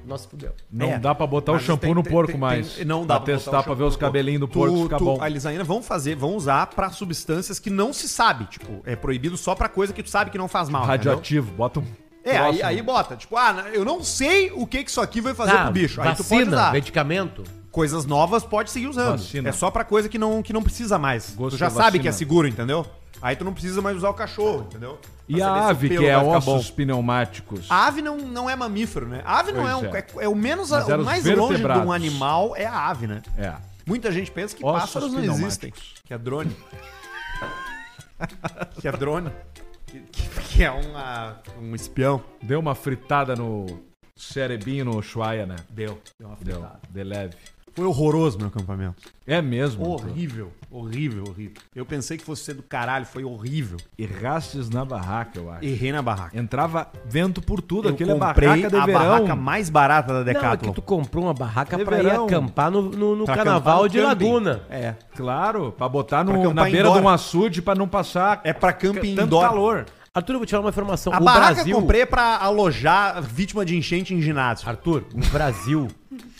nossa fudeu.
Não
É,
dá pra botar o
mas
shampoo
tem-
no
tem-
porco
tem-
mais.
tem- não dá
pra
botar
testar
o
pra ver os
shampoo no
cabelinhos do
porco.
porco
Tu-
ficar
tu-
bom.
A Lisaína vão fazer, vão usar pra substâncias que não se sabe. Tipo, é proibido só pra coisa que tu sabe que não faz mal. entendeu?
Radioativo, bota um.
É, aí,
troço,
aí
né?
bota. Tipo, ah, eu não sei o que que isso aqui vai fazer
Tá,
pro bicho. Aí tu pode
vacina,
usar.
medicamento,
Coisas novas pode seguir usando.
Vacina.
É só pra coisa que não, que não precisa mais.
Gosto
tu já
de
sabe
vacina.
que é seguro, entendeu? Aí tu não precisa mais usar o cachorro, entendeu? Pra
E a
saber se o
ave,
pelo
que é
vai ficar bom.
ossos pneumáticos.
A ave não, não é mamífero, né? A ave não é,
Pois
um,
é.
é. é o menos
Mas eram
o
os
mais longe de
vertebrados.
um animal é a ave, né?
É.
Muita gente pensa que
Ossos
pássaros não
pneumáticos.
existem, que é drone. <laughs> que é drone. Que, que- que é uma, um espião.
Deu uma fritada no cerebinho no Ushuaia, né?
Deu.
Deu. De leve.
Foi horroroso meu acampamento.
É mesmo. Arrastes
Horrível, horrível, horrível. Eu pensei que fosse ser do caralho, foi horrível.
Errastes na barraca, eu acho.
Errei na barraca.
Entrava vento por tudo.
Eu
Aquilo é
comprei
barraca de
a
verão.
barraca mais barata da
Não, é
Decathlon.
que tu comprou uma barraca
De
pra ir
verão.
acampar no, no, no
Pra acampar
carnaval
no
de
camping.
Laguna.
É.
Claro, pra botar no-
Pra acampar
na beira
indoor.
de um açude pra não passar
É pra camping
tanto
indoor.
calor.
Arthur, eu vou te falar uma informação.
A
o
barraca
Brasil,
eu comprei é pra alojar vítima de enchente em ginásio.
Arthur, o Brasil,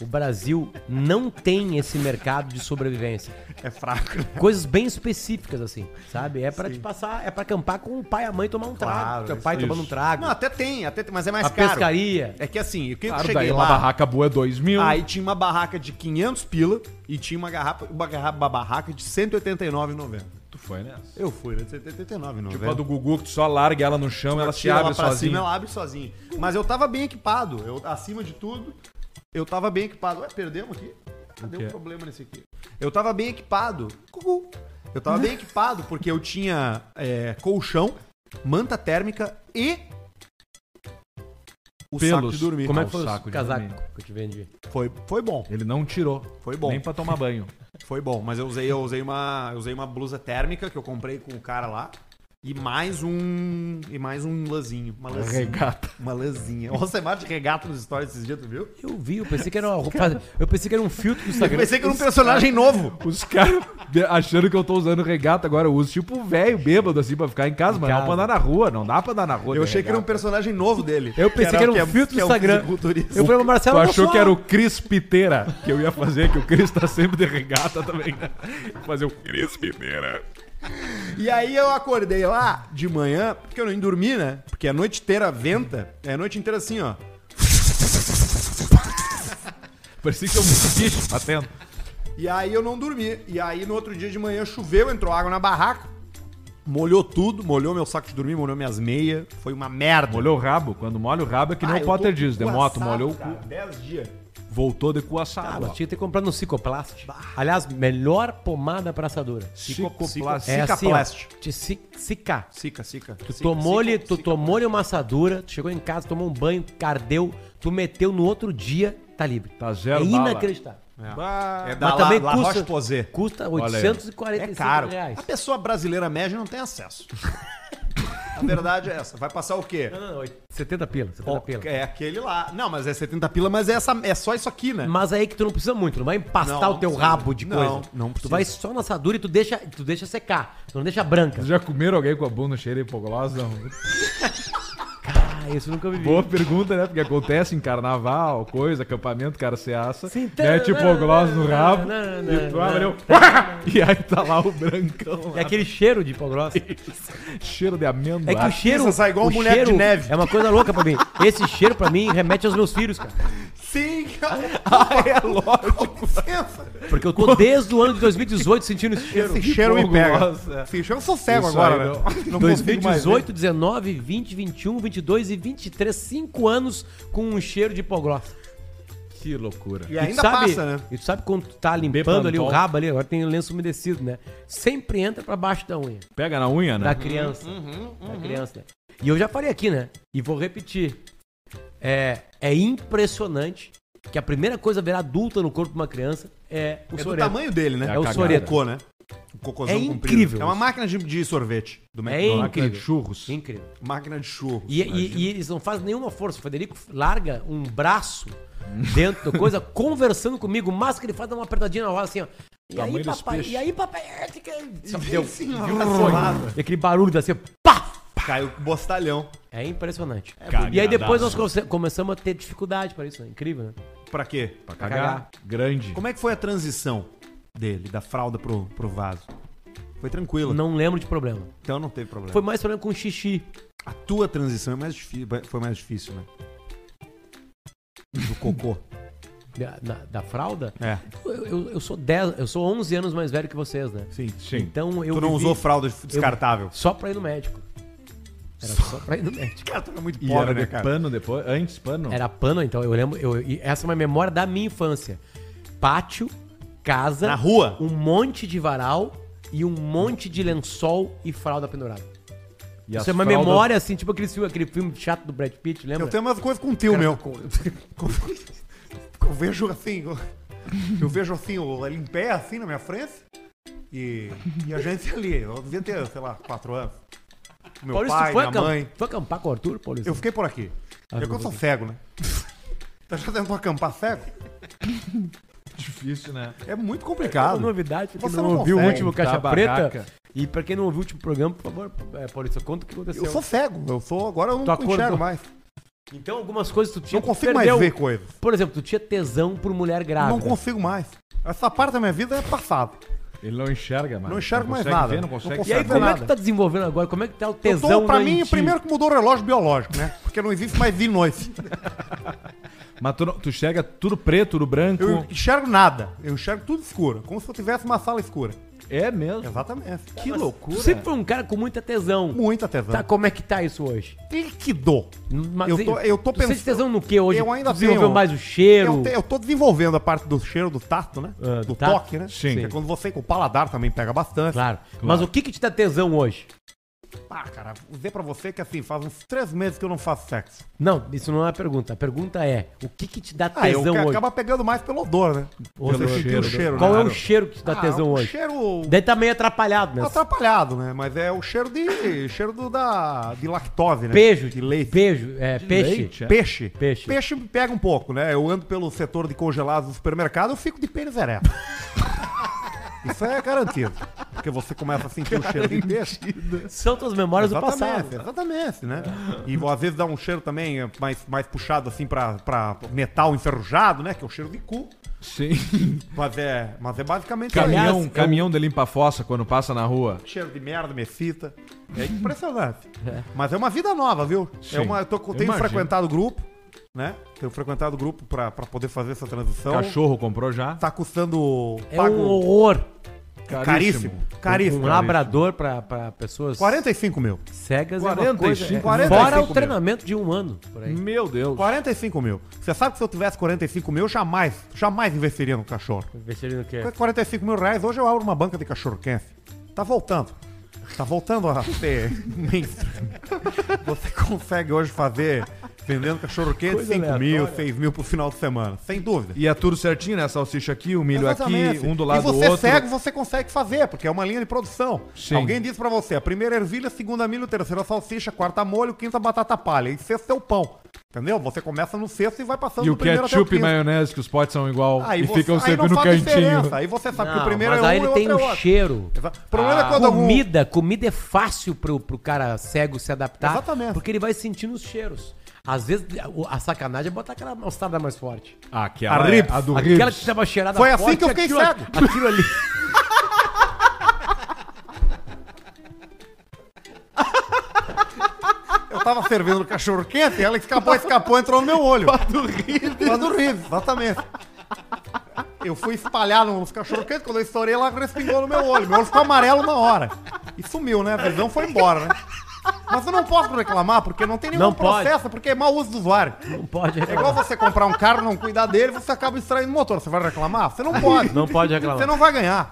o Brasil não tem esse mercado de sobrevivência.
É fraco. né?
Coisas bem específicas assim, sabe? É pra te passar, é pra acampar com o pai e a mãe tomar um trago,
Claro,
teu pai
isso,
tomando um
isso.
trago,
Não, até tem, até tem, mas é mais
a
caro.
pescaria.
É que assim, o que eu
Claro, daí
cheguei
uma
lá,
barraca boa é 2 mil.
aí tinha uma barraca de 500 pila e tinha uma garrafa, uma garrafa, uma barraca de 189,90.
Tu foi nessa.
Eu fui, né? 189,90.
Tipo a do Gugu, que tu só larga ela no chão e ela se
Tira
abre
pra cima,
sozinha.
ela abre sozinha. Mas eu tava bem equipado, eu acima de tudo, eu tava bem equipado. Ué, perdemos aqui? Cadê
quê?
um problema nesse aqui? Eu tava bem equipado. Cucu. Eu tava bem equipado porque eu tinha é, colchão, manta térmica e o saco
Pelos.
de dormir.
Como é
Ah,
que
o
foi o
saco de
casaco
dormir.
que eu te vendi?
Foi, foi bom.
Ele não tirou.
Foi bom.
Nem pra tomar banho.
Foi bom, mas eu usei, eu usei uma, eu usei uma blusa térmica que eu comprei com o cara lá e mais um e mais um lãzinho, uma lãzinha.
Regata.
Uma lãzinha. Nossa, é mais de regata nos stories esses dias, tu viu?
Eu vi, eu pensei que era uma roupa, eu pensei que era um filtro do
Eu
Instagram.
pensei que era um personagem novo.
Os caras de- achando que eu tô usando regata agora, eu uso tipo um velho bêbado assim pra ficar em casa, mas não
casa.
pra andar na rua, não dá pra andar na rua.
Eu
de
achei que era um
regata.
personagem novo dele.
Eu pensei que era um
é
filtro do Instagram. Então Eu
Eu
falei pra Marcelo,
Tu achou
só-
que era o Cris Piteira que eu ia fazer, que o Cris tá sempre de regata também. né? Fazer o Cris Piteira.
E aí eu acordei lá de manhã, porque eu não dormi, né? Porque a noite inteira venta, é a noite inteira assim, ó.
Parecia que eu me bicho batendo.
E aí eu não dormi. E aí no outro dia de manhã choveu, entrou água na barraca, molhou tudo, molhou meu saco de dormir, molhou minhas meias. Foi uma merda.
Molhou o rabo. Quando molha o rabo é que nem
Ah,
o
eu
Potter
tô
diz, de moto,
embaçado,
molhou o
cara,
cu.
10 dias.
Voltou de
Ah,
Cuaçaba.
mas tinha que ter comprado um Cicoplast. Aliás, melhor pomada abraçadora.
Psicoplast.
É Cicaplast.
assim, ó, de ci- cica.
Cica, cica.
Tu tomou-lhe tu tomou uma assadura, tu chegou em casa, tomou um banho, cardeu, tu meteu no outro dia, tá livre.
Tá zero
É
bala.
inacreditável.
É
Mas
da La,
também
La
custa,
Roche-Posay.
custa
Olha aí.
845
É caro.
reais.
A pessoa brasileira média não tem acesso. A verdade é essa. Vai passar o quê?
Não, não, não, oito- 70 pila, 70 pila.
É aquele lá. Não, mas é 70 pila, mas é, essa, é só isso aqui, né?
Mas aí que tu não precisa muito, não vai empastar
Não,
o teu
não precisa.
rabo de
Não,
coisa.
não
Tu
precisa.
vai só na assadura e tu deixa, tu deixa secar, tu não deixa branca.
Já comeram alguém com a bunda cheia de hipogloss? Não.
Ah, isso eu nunca vivi.
Boa pergunta, né? Porque acontece em carnaval, coisa, acampamento, cara se assa.
Sim, tá,
Mete hipogloss no
tá,
rabo.
tá,
E tu
tá,
abre o- <laughs> E aí tá lá o brancão.
E É aquele cheiro de pau grossa.
Cheiro de amêndoa.
É que o cheiro.
sai igual
o
um boneco de
cheiro
neve.
É uma coisa louca pra mim. Esse cheiro pra mim remete aos meus filhos, cara.
Sim, cara. Ah, é <laughs> lógico.
Porque eu tô desde o ano de 2018 sentindo esse cheiro.
Esse cheiro me pega.
Nossa.
Esse cheiro eu sou cego
Isso aí, <laughs>
agora, né?
não.
Não consigo mais ver.
2018, 19, 20, 21, 22 e 23, 5 anos com um cheiro de pó grossa.
Que loucura.
E
tu
ainda
sabe,
passa, né?
E tu sabe quando tu tá limpando
Bepantol.
ali o rabo ali, agora tem o lenço umedecido, né? Sempre entra pra baixo da unha.
Pega na unha, né?
Da criança. Da criança, né? E eu já falei aqui, né? E vou repetir. É, é impressionante que a primeira coisa a virar adulta no corpo de uma criança é o
É do
sorete.
tamanho dele, né?
É a
É o
cagada.
sorete.
cocô, né? O cocôzão
É
comprido.
incrível.
É uma máquina de, de sorvete do
É
McDonald's.
Máquina de
incrível.
churros.
Incrível.
Máquina de churro.
E, é e- e eles não fazem nenhuma força. O Federico larga um braço dentro da coisa, conversando comigo, mas que ele faz dá uma apertadinha na roda assim, ó. E
Tamanho
aí,
dos
papai,
peixes.
e aí, papai, é, fica- Só deu.
Deu. Sim, uma vassourada.
E aquele barulho assim, pá!
Caiu bostalhão.
É impressionante.
bonito.
e aí depois nós come- começamos a ter dificuldade para isso, né? Incrível, né?
Pra quê?
Pra cagar. Grande.
Como é que foi a transição dele, da fralda pro, pro vaso? Foi tranquilo.
Não lembro de problema.
Então não teve problema.
Foi mais problema com xixi.
A tua transição é mais difí- foi mais difícil, né? Do cocô.
Da, da- da fralda?
É.
Eu, eu- eu sou 10, eu sou 11 anos mais velho que vocês, né?
Sim.
Sim.
Então eu
tu não
vivi
usou fralda descartável.
só pra ir no médico. Era só pra ir no médico.
né, Cara, tu era muito
E era de pano depois? Antes, pano?
Era pano, então eu lembro. Eu, e essa é uma memória da minha infância. Pátio, casa.
Na rua?
Um monte de varal e um monte de lençol e fralda pendurada.
E as
Isso é uma
fraldas-
memória, assim, tipo aquele filme, aquele filme chato do Brad Pitt, lembra?
Eu tenho uma coisa com <laughs> um tio meu. Eu vejo assim, eu, eu vejo assim, o- ele em pé, assim, na minha frente. E, e a gente ali, eu devia ter, sei lá, quatro anos. Meu
Paulista,
pai,
foi,
minha
acam-
mãe.
foi acampar com o Arthur, Paulista?
Eu fiquei por aqui.
Ah,
é que eu sou cego, né? <laughs> Tá já tentou acampar cego?
Difícil, né?
É muito
Uma
complicado.
novidade, pra quem
Você
não,
não
ouviu o
consegue
último Caixa
montar a
Preta.
barraca.
E pra quem não ouviu o último programa, por favor, é, Paulista, conta o que aconteceu.
Eu sou cego, eu sou. Agora eu não
Tu acordou.
enxergo mais.
Então algumas coisas tu tinha.
Não
tu
consigo mais
perdeu.
ver coisas.
Por exemplo, tu tinha tesão por mulher grávida.
Não consigo mais. Essa parte da minha vida é passada.
Ele não enxerga mais.
Não enxergo mais
consegue
nada.
ver, não
Não
consegue
consigo
E aí,
Sabe
como é
nada.
que tu tá desenvolvendo agora? Como é que tá o
Eu
tesão?
tô, pra
na
mim,
inti-
primeiro que mudou o relógio biológico, né? Porque não existe mais de noite.
Mas tu, não- tu enxerga tudo preto, tudo branco.
Eu enxergo nada. Eu enxergo tudo escuro. Como se eu tivesse uma sala escura.
É mesmo.
Exatamente.
Que loucura.
Tu sempre foi um cara com muita tesão.
Muita tesão.
Tá, como é que tá isso hoje?
Líquido.
Mas
Eu tô- eu tô
tu sente
pensando-
tesão no que hoje?
Eu ainda
Tu desenvolveu
tenho-
mais o cheiro.
Eu, te- eu tô desenvolvendo a parte do cheiro, do tato, né?
Ah, do
do
tato.
toque, né?
Sim.
Que é quando você. O paladar também pega bastante.
Claro. Mas o que que te dá tesão hoje?
Ah, cara, vou dizer pra você que assim, faz uns três meses que eu não faço sexo.
Não, isso não é a pergunta. A pergunta é, o que que te dá
Ah, eu
tesão
ca-
hoje?
acaba pegando mais pelo odor, né?
Pelo
Você sentiu
cheiro,
o cheiro,
Qual
né?
é o cheiro que te dá
Ah,
tesão
um
hoje?
cheiro
Daí tá meio atrapalhado, né?
atrapalhado, né? Mas é o cheiro de cheiro do, da de lactose, né?
Beijo,
de leite.
Beijo, é, peixe.
leite, é?
Peixe.
Peixe.
Peixe me pega um pouco, né? Eu ando pelo setor de congelados do supermercado, eu fico de pênis
<laughs>
ereto. Isso é garantido. Porque você começa a sentir o cheiro de peixe.
São tuas memórias do
Exatamente,
passado.
exatamente, né? E às vezes dá um cheiro também eh, mais, mais puxado assim pra, pra metal enferrujado, né? Que é o cheiro de cu.
Sim.
Mas é, mas é basicamente
<laughs> Caminhão,
Aliás, eu-
caminhão de limpa fossa quando passa na rua.
cheiro de merda, me excita. É impressionante. Mas é uma vida nova, viu?
Sim.
É uma, eu tô,
Eu
tenho
imagino.
frequentado o grupo, né? Tenho frequentado o grupo Então- pra, pra poder fazer essa transição.
Cachorro comprou já.
Tá custando.
É um horror.
Caríssimo.
Caríssimo. Caríssimo.
É Um labrador pra, pra pessoas
45 mil.
cegas é uma
45,
coisa. é,
45
fora o
mesmo.
treinamento de um ano por
Hum.
aí.
Meu Deus.
45 mil. Você sabe que se eu tivesse 45 mil, eu jamais, jamais investiria no cachorro.
Investirem no quê?
Com 45 mil reais, hoje eu abro uma banca de cachorro quente. Tá voltando. Tá voltando a ser <laughs> mainstream. Você consegue hoje fazer vendendo cachorro quente
Coisa
5 mil,
aleatória.
6 mil pro final de semana. Sem dúvida.
E é tudo certinho, né? Salsicha aqui, o milho
Exatamente.
aqui, um do lado
e
do
você
outro.
cego, você consegue fazer, porque é uma linha de produção.
Sim.
Alguém disse pra você, a primeira ervilha, a segunda milho, a terceira salsixa, a quarta molho, a quinta batata palha, e sexto é o pão. Entendeu? Você começa no sexto e vai passando
E
do
o ketchup e
quinto.
maionese, que os potes são igual
Aí
e
Ah, você,
ficam
aí
sempre
não
no
faz
cantinho.
diferença. Aí você sabe que
Não,
o primeiro
mas
é um
aí
e
ele
o
tem
outro
um
é outro.
cheiro.
Exa- O problema é quando algum...
comida, comida é fácil pro, pro cara cego se adaptar.
Exatamente.
Porque ele vai sentindo os cheiros. Às vezes, o- a sacanagem é botar aquela mostarda mais forte.
Ah,
A
aquela é,
Rips.
a do
Aquela
Rips.
que tava cheirada
Foi assim que eu fiquei
aquilo,
cego.
Aquilo ali.
Eu tava servindo cachorro quente e ela escapou, escapou, entrou no meu olho.
do Rips.
Lá do Rio, exatamente. Eu fui espalhar nos cachorro quente, quando eu estourei, ela respingou no meu olho. Meu olho ficou amarelo na hora. E sumiu, né? A visão foi embora, né? Mas eu não posso reclamar, porque não tem nenhum
Não pode.
processo, porque é mau uso do usuário.
Não pode
É igual
reclamar.
você comprar um carro, não cuidar dele, você acaba extraindo o motor. Você vai reclamar? Você não pode.
Não pode
Você
reclamar. Não...
não vai ganhar.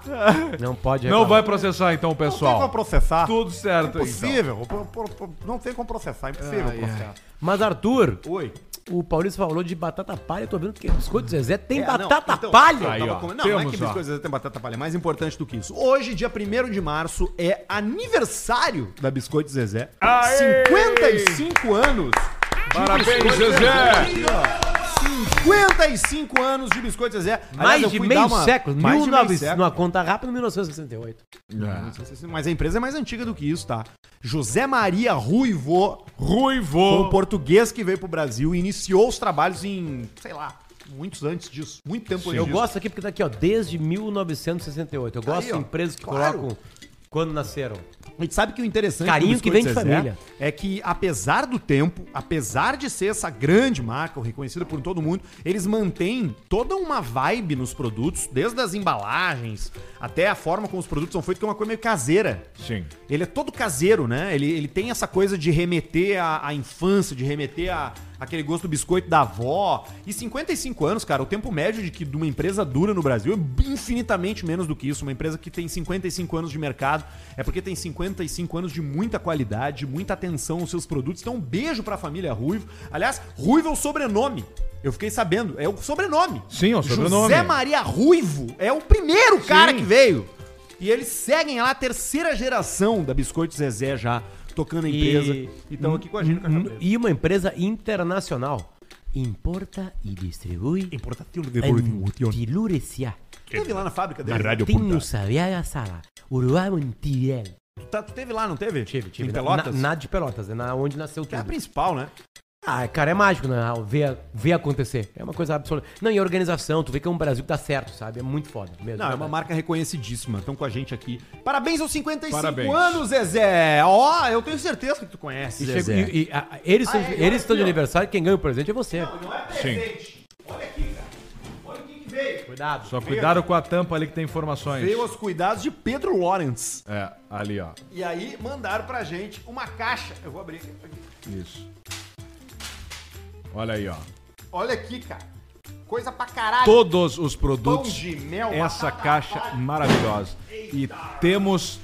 pode reclamar.
Não vai processar então,
Não tem como
pessoal.
processar. É
Tudo certo, então.
Impossível. Pro- pro- pro- Não tem como processar. É Impossível processar.
Mas, Arthur,
Oi.
o Paulista falou de batata palha. Eu tô vendo que biscoito Zezé tem
É, não,
batata
então, eu
palha.
tava
Aí, ó,
comendo- Não, não é que
temos, ó.
biscoito Zezé tem batata palha, é mais importante do que isso. Hoje, dia 1 de março, é aniversário da Biscoito Zezé. 55 anos. de
Parabéns,
Biscoito
Zezé.
55 anos de Biscoito Zezé. Aliás,
Mais
eu
de
fui dar
meio
uma-
século.
Mais de meio
1900,
século.
numa conta rápida, 1968.
Mas a empresa é mais antiga do que isso, tá? José Maria Ruivo foi um
Ruivo.
português que veio pro Brasil e iniciou os trabalhos em, sei lá, muitos antes disso. Muito tempo antes
Eu
disso.
gosto aqui porque tá aqui, ó, desde 1968. Eu gosto
ó.
de empresas que
Claro.
colocam quando nasceram.
A gente sabe que o interessante
Carinho
do
que
Biscoito
vem de
Zezé
família.
é que, apesar do tempo, apesar de ser essa grande marca reconhecida por todo mundo, eles mantêm toda uma vibe nos produtos, desde as embalagens até a forma como os produtos são feitos, que é uma coisa meio caseira.
Sim.
Ele é todo caseiro, né? Ele, ele tem essa coisa de remeter à, à infância, de remeter a aquele gosto do biscoito da avó. E 55 anos, cara, o tempo médio de que de uma empresa dura no Brasil é infinitamente menos do que isso. Uma empresa que tem 55 anos de mercado é porque tem 55 anos de muita qualidade, muita atenção aos seus produtos. Então, um beijo pra família Ruivo. Aliás, Ruivo é o sobrenome. Eu fiquei sabendo, é o sobrenome.
Sim, é o sobrenome.
José Maria Ruivo é o primeiro cara
Sim.
que veio. E eles seguem lá a terceira geração da Biscoito Zezé já, tocando a empresa. E estão aqui com a gente.
Hum, E uma empresa internacional. Importa e distribui
Importante
em Tiluresia.
Teve lá na fábrica dele.
Tinho Sabiaga Sala. Uruguai Montiel.
Tu, tá- tu teve lá, não teve?
Tive, tive.
Em Pelotas?
Na, na de Pelotas, é na onde nasceu
Que é a
tudo.
principal, né?
Ah, cara, é mágico, né? Ver, ver acontecer. É uma coisa absoluta. Não, e organização, tu vê que é um Brasil que dá certo, sabe? É muito foda mesmo.
Não, é uma marca reconhecidíssima. Estão com a gente aqui. Parabéns aos 55
Parabéns.
anos, Zezé. Ó, eu tenho certeza que tu conhece,
E
Zezé.
chega- e- e, a- eles são-
é,
eles
olha
estão
aqui,
de
ó.
aniversário, quem ganha o presente é você.
Não é
presente.
Olha aqui, cara. Olha o que veio.
Cuidado.
Só cuidado com a tampa ali que tem informações.
Veio aos cuidados de Pedro Lawrence.
É, ali, ó.
E aí mandaram pra gente uma caixa. Eu vou abrir. aqui.
Isso. Olha aí, ó.
Olha aqui, cara. Coisa pra caralho.
Todos os
Pão
produtos
de mel.
essa
batata
caixa
palha.
maravilhosa. E temos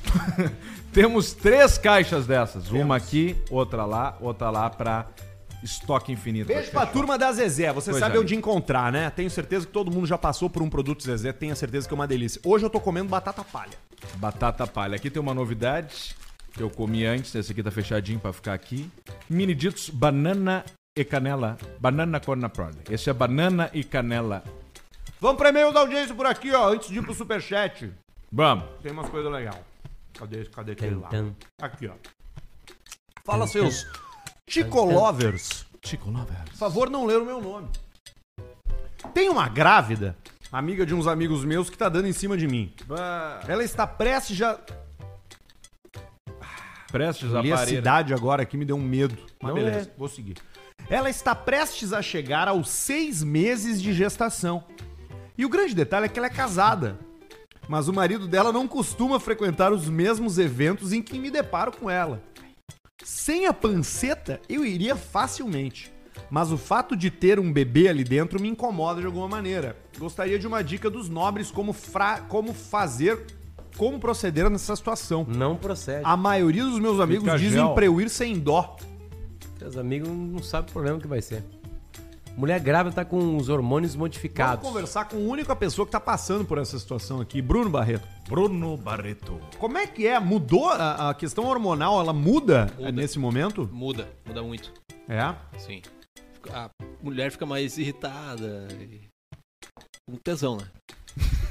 <laughs> temos três caixas dessas, uma aqui, outra lá, outra lá pra estoque infinito.
Beijo pra turma da Zezé. Você
Coisa
sabe
linda.
onde encontrar, né? Tenho certeza que todo mundo já passou por um produto Zezé. Tenho certeza que é uma delícia. Hoje eu tô comendo batata palha.
Batata palha. Aqui tem uma novidade que eu comi antes, esse aqui tá fechadinho pra ficar aqui. Mini ditos banana e canela, banana corna prole. Esse é banana e canela.
Vamos pro e-mail da audiência por aqui, ó. Antes de ir pro superchat.
Vamos.
Tem umas coisas legais. Cadê, cadê aquele lá?
Tum,
Aqui, ó. Fala, seus Ticolovers.
Chico Lovers.
Por favor, não ler o meu nome. Tem uma grávida, amiga de uns amigos meus, que tá dando em cima de mim. Ela está prestes a.
Prestes a
Li a
parir.
cidade agora que me deu um medo. Mas
Não
beleza, vou seguir. Ela está prestes a chegar aos seis meses de gestação. E o grande detalhe é que ela é casada. mas o marido dela não costuma frequentar os mesmos eventos em que me deparo com ela. Sem a panceta, eu iria facilmente. Mas o fato de ter um bebê ali dentro me incomoda de alguma maneira. Gostaria de uma dica dos nobres como, fra- como fazer, como proceder nessa situação.
Não procede.
A maioria dos meus amigos
Fica
dizem
gel.
pra eu ir sem dó.
Seus amigos não sabem o problema que vai ser. Mulher grávida tá com os hormônios modificados.
Vamos conversar com a única pessoa que tá passando por essa situação aqui, Bruno Barreto.
Bruno Barreto.
Como é que é? Mudou a, a questão hormonal? Ela muda,
Muda.
nesse momento?
Muda, muda muito.
É.
Sim. Fica- A mulher fica mais irritada. E... Com tesão, né?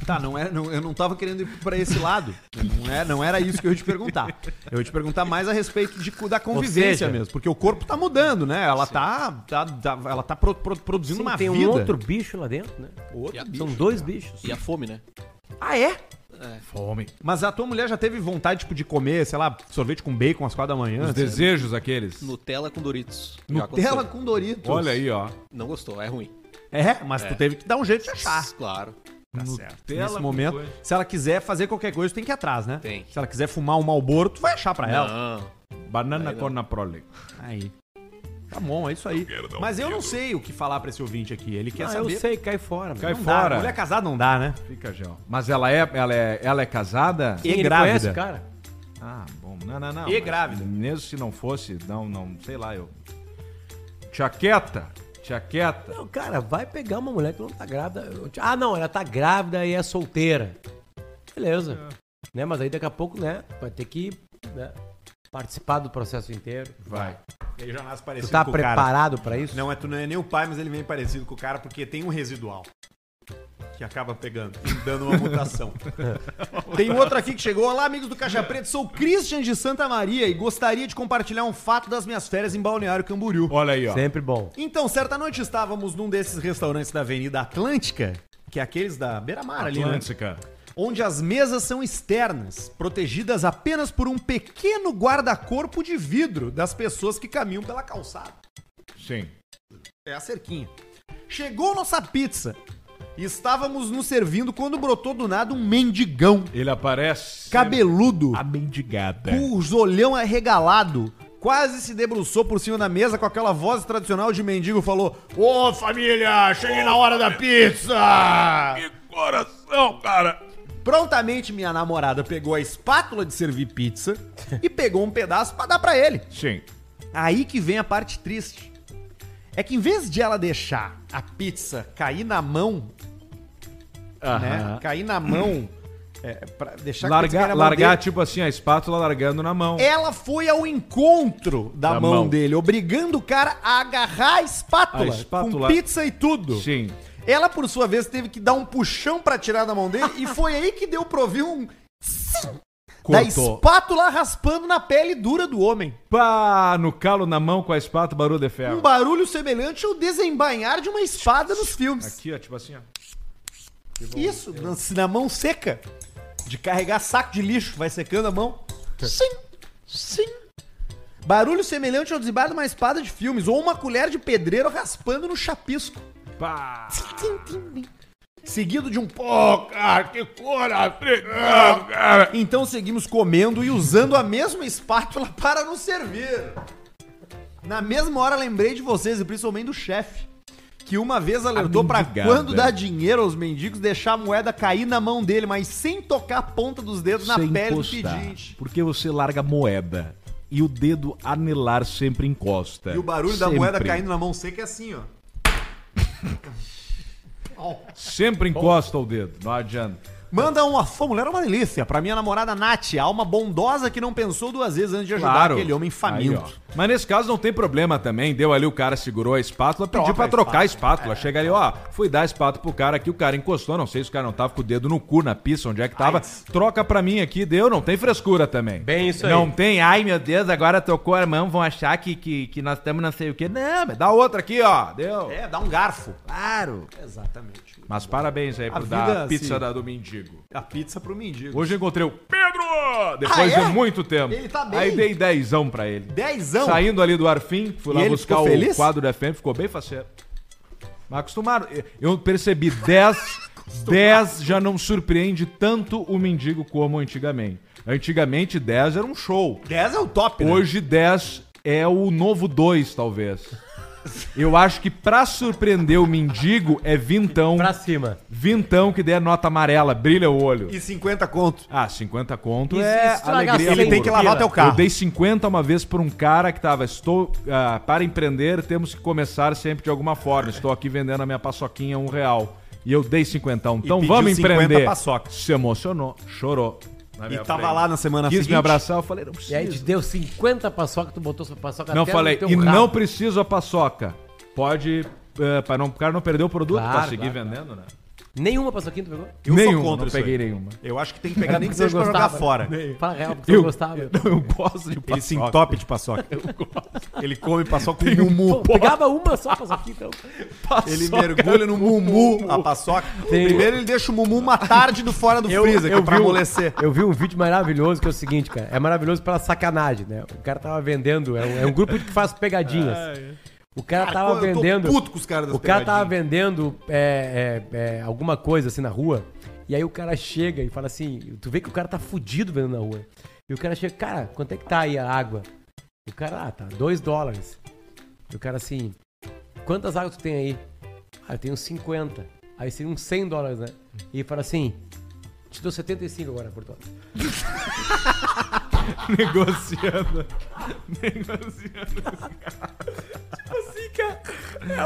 Tá, não é, não, eu não tava querendo ir pra esse lado. Não, é, não era isso que eu ia te perguntar. Eu ia te perguntar mais a respeito de, da convivência
seja-
mesmo. Porque o corpo tá mudando, né? Ela tá, tá- tá- Ela tá pro- pro- produzindo
Sim,
uma
tem
vida.
um outro bicho lá dentro, né?
Outro
Yeah.
São dois bichos.
E a fome, né?
Ah, é?
Fome.
Mas a tua mulher já teve vontade, tipo, de comer, sei lá, sorvete com bacon às quatro da manhã?
Os
assim?
desejos aqueles.
Nutella com Doritos. Já
Nutella
aconteceu.
com Doritos.
Olha aí, ó.
Tá
Não gostou, é ruim.
É, mas tu teve que dar um jeito de achar.
Claro.
Tá Nutella
Nesse
com
momento,
coisa.
se ela quiser fazer qualquer coisa, tu tem que ir atrás, né?
Tem.
Se ela quiser fumar um malboro, tu vai achar pra ela.
Não.
Banana
Aí não.
corna prole.
Aí. Tá bom, é isso aí. Mas eu não sei o que falar pra esse ouvinte aqui. Ele quer
ah,
saber.
eu sei, cai fora.
Cai
mano.
Não dá,
fora.
Mulher casada não dá, né?
Fica, Gel. Mas ela é, ela é, ela é casada?
E
Ele
grávida.
conhece o cara?
Ah, bom. Não, não, não.
E
Mas
grávida.
Mesmo se não fosse, não, não, sei lá, eu. Chaqueta. Chaqueta.
Não, cara, vai pegar uma mulher que não tá grávida. Eu te- Ah, não, ela tá grávida e é solteira. Beleza. Né, mas aí daqui a pouco, né, vai ter que né, participar do processo inteiro.
Vai.
Ele já nasce
Tu
parecido
tá
com o cara.
preparado pra isso?
Não, é tu não é nem o pai, mas ele vem parecido com o cara porque tem um residual. Que acaba pegando, dando uma mutação. tem outro aqui que chegou. Olá, amigos do Caixa Preta. Sou o Christian de Santa Maria e gostaria de compartilhar um fato das minhas férias em Balneário Camboriú.
Olha aí, ó.
Sempre bom.
Então, certa noite estávamos num desses restaurantes da Avenida Atlântica, que é aqueles da beira-mar ali, né?
Atlântica.
Onde as mesas são externas, protegidas apenas por um pequeno guarda-corpo de vidro das pessoas que caminham pela calçada.
Sim.
É a cerquinha. Chegou nossa pizza. e Estávamos nos servindo quando brotou do nada um mendigão,
Ele aparece.
cabeludo,
A mendigada.
com os olhão arregalado, quase se debruçou por cima da mesa com aquela voz tradicional de mendigo falou: Ô família, cheguei na hora da pizza!
Que coração, cara.
Prontamente minha namorada pegou a espátula de servir pizza e pegou um pedaço pra dar pra ele.
Sim.
Aí que vem a parte triste. É que em vez de ela deixar a pizza cair na mão, né? Cair na mão, é, pra deixar a pizza cair
Largar,
na mão
largar
dele, É.
tipo assim, a espátula largando na mão.
ela foi ao encontro da,
Da
mão,
mão.
dele, obrigando o cara a agarrar a espátula,
A espátula-
com pizza e tudo.
Sim.
Ela, por sua vez, teve que dar um puxão pra tirar da mão dele e foi aí que deu pra ouvir
<laughs>
um da
Cortou.
espátula raspando na pele dura do homem.
Pá, no calo na mão com a espátula, barulho de ferro.
Um barulho semelhante ao desembainhar de uma espada nos filmes.
Aqui, ó, tipo assim, ó.
Isso, na, na mão seca. De carregar saco de lixo, vai secando a mão. Sim, sim. Barulho semelhante ao desembargo de uma espada de filmes ou uma colher de pedreiro raspando no chapisco.
Pá.
Tim, tim, tim. Seguido de um pô, cara, que
coração, cara.
Então seguimos comendo e usando a mesma espátula <laughs> para nos servir. Na mesma hora lembrei de vocês e principalmente do chefe, que uma vez alertou para
mendigada.
quando dar dinheiro aos mendigos deixar a moeda cair na mão dele, mas sem tocar a ponta dos dedos na
Sem
pele
encostar,
do pedinte.
Porque você larga a moeda e o dedo anelar sempre encosta.
E o barulho da
Sempre.
moeda caindo na mão seca é assim, ó.
Sempre encosta o dedo, não adianta.
Manda uma fã, mulher é uma delícia, pra minha namorada Nath, alma bondosa que não pensou duas vezes antes de ajudar aquele homem faminto.
Aí, ó. Mas nesse caso não tem problema também. Deu ali, o cara segurou a espátula,
Troca
pediu pra
a É, então.
trocar a espátula. Chega ali, ó. Fui dar a espátula pro cara aqui, o cara encostou. Não sei se o cara não tava com o dedo no cu, na pista, onde é que tava. Troca pra mim aqui, deu. Não tem frescura também.
Bem isso aí.
Não tem, ai meu Deus, agora tocou a mão, vão achar que, que, que nós estamos não sei o quê. Não, mas dá outra aqui, ó. Deu.
É, dá um garfo.
Claro.
Exatamente.
Mas parabéns aí
A
por
vida, assim,
dar a pizza
sim.
da do mendigo.
A pizza pro mendigo.
Hoje eu encontrei o Pedro! Depois
Ah, é?
de muito tempo.
Ele tá bem.
Aí dei dezão pra ele.
Dezão.
Saindo ali do Arfim, fui
E
lá
ele
buscar
ficou
o
feliz?
quadro da FM, ficou bem faceiro. Mas acostumaram. Eu percebi 10 10 já não surpreende tanto o mendigo como antigamente. Antigamente 10 era um show.
10 é o top, né?
Hoje 10 é o novo 2, talvez. Eu acho que pra surpreender o mendigo é vintão.
Pra cima.
Vintão que der nota amarela, brilha o olho.
E 50 conto.
Ah, 50 conto
E se
é
estragar
alegria.
sem
pura.
Ele tem que lavar
pila.
teu carro.
Eu dei 50 uma vez por um cara que tava, estou, ah, para empreender temos que começar sempre de alguma forma. Estou aqui vendendo a minha paçoquinha a um real. E eu dei 50, então
pediu
vamos
50
empreender.
paçoca.
Se emocionou, chorou. na
E
minha
tava
frente.
lá na semana
Quis
seguinte.
me abraçar, eu falei, não
E aí te
preciso.
deu 50 paçoca, tu botou sua paçoca
Não
até
falei,
no teu
e
rabo.
não preciso a paçoca. Pode, eh, para não, o cara não perder o produto,
Claro,
pra seguir
claro,
vendendo, né?
Nenhuma paçoquinha tu pegou?
Eu sou
nenhuma,
contra
não
isso aí.
peguei nenhuma.
Eu acho que tem que pegar nem que
Porque eu
seja pra jogar
gostava.
fala
Fala real, porque eu,
Eu,
gostava. Eu,
<laughs> não, eu gosto de
Ele se
paçoca.
entope de paçoca. Ele come paçoca com
Pô,
mumu.
pegava uma só paçoquinha, então.
Ele mergulha no mumu a paçoca.
Tem-
Primeiro ele deixa o mumu uma tarde do fora do freezer, que é pra
vi um-
amolecer.
eu vi um vídeo maravilhoso que é o seguinte, cara. É maravilhoso pela sacanagem, né? O cara tava vendendo, é um, é um grupo que faz pegadinhas. O cara, tava
eu tô
vendendo.
puto com os caras das
O cara tava
pegadinhas.
vendendo é, é, é, alguma coisa assim na rua. E aí o cara chega e fala assim: Tu vê que o cara tá fudido vendendo na rua. E o cara chega, cara, quanto é que tá aí a água? O cara, ah, tá, dois dólares. E o cara assim, quantas águas tu tem aí? Ah, eu tenho 50. Aí seria uns 100 dólares, né? E ele fala assim, te dou 75 agora, por todas.
Negociando. <laughs> Negociando.
Assim, cara, é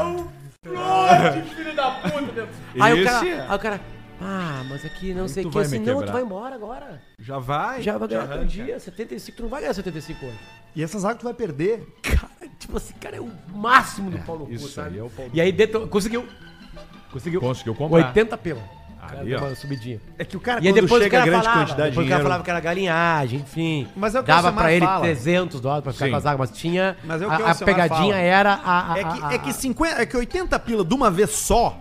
<laughs>
um flote, filho da puta, meu. Aí o cara,
Esse é.
aí o cara, ah, mas aqui não sei o
tu
que,
vai
assim,
me
não, tu
quebrar.
vai embora agora.
Já vai.
Já vai ganhar teu
arranca.
dia, 75, tu não vai ganhar 75 hoje.
E essas águas tu vai perder.
Cara, tipo assim, cara, é o máximo do pau no cu,
isso
sabe?
aí é o pau no
e aí detonou, conseguiu. Conseguiu.
Conseguiu comprar.
80 pila. Cara,
Ali,
deu
ó.
uma subidinha.
É que o cara, ah,
E aí depois o cara falava,
de
depois o cara
dinheiro-
falava que era galinhagem, enfim.
Mas é o que o
Dava
Alcemar
pra ele
fala.
300 dólares pra ficar
Sim.
com as águas, mas tinha...
Mas é o
a-
que o
a,
Alcemar
pegadinha
fala.
era a... a-
É
a-
que,
a-
é que 50, é que 80 pila de uma vez só,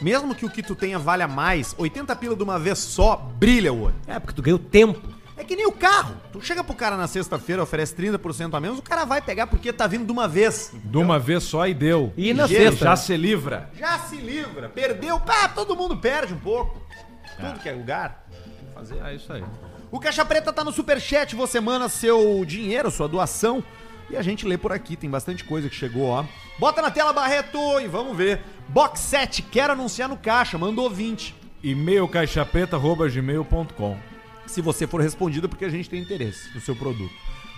mesmo que o que tu tenha valha mais, 80 pila de uma vez só brilha o olho.
É, porque tu ganhou tempo.
É que nem o carro. Tu chega pro cara na sexta-feira, oferece 30% a menos, o cara vai pegar porque tá vindo de uma vez.
De uma vez só e deu.
E na
Ele
sexta,
já
né?
se livra.
Já se livra, perdeu, pá, todo mundo perde um pouco. Tudo que é lugar.
Fazer ah, isso aí.
O Caixa Preta tá no Superchat, você manda seu dinheiro, sua doação. E a gente lê por aqui, tem bastante coisa que chegou, ó. Bota na tela, Barreto, e vamos ver. Box 7, quero anunciar no Caixa, mandou 20.
E-mail caixapreta.gmail.com.
se você for respondido, é porque a gente tem interesse no seu produto.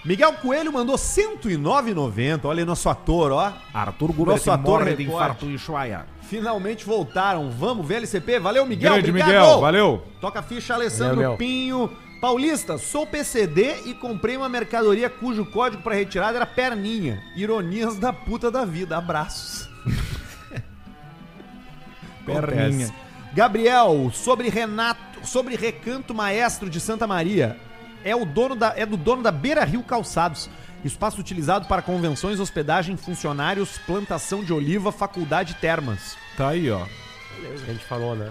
Miguel Coelho mandou 109,90. Olha aí nosso ator, ó.
Arthur
Nosso ator repórter.
em Ushuaia.
Finalmente voltaram. Vamos, VLCP. Valeu, Miguel.
Grande
Obrigado.
Miguel, valeu.
Toca a ficha, Alessandro
Valeu, Miguel.
Pinho. Paulista, sou PCD e comprei uma mercadoria cujo código para retirada era perninha. Ironias da puta da vida. Abraços. Acontece.
Perninha.
Gabriel, sobre Renato, sobre Recanto Maestro de Santa Maria, é o dono da é do dono da Beira Rio Calçados, espaço utilizado para convenções, hospedagem, funcionários, plantação de oliva, faculdade e termas.
Tá aí, ó.
Beleza, a gente falou, né?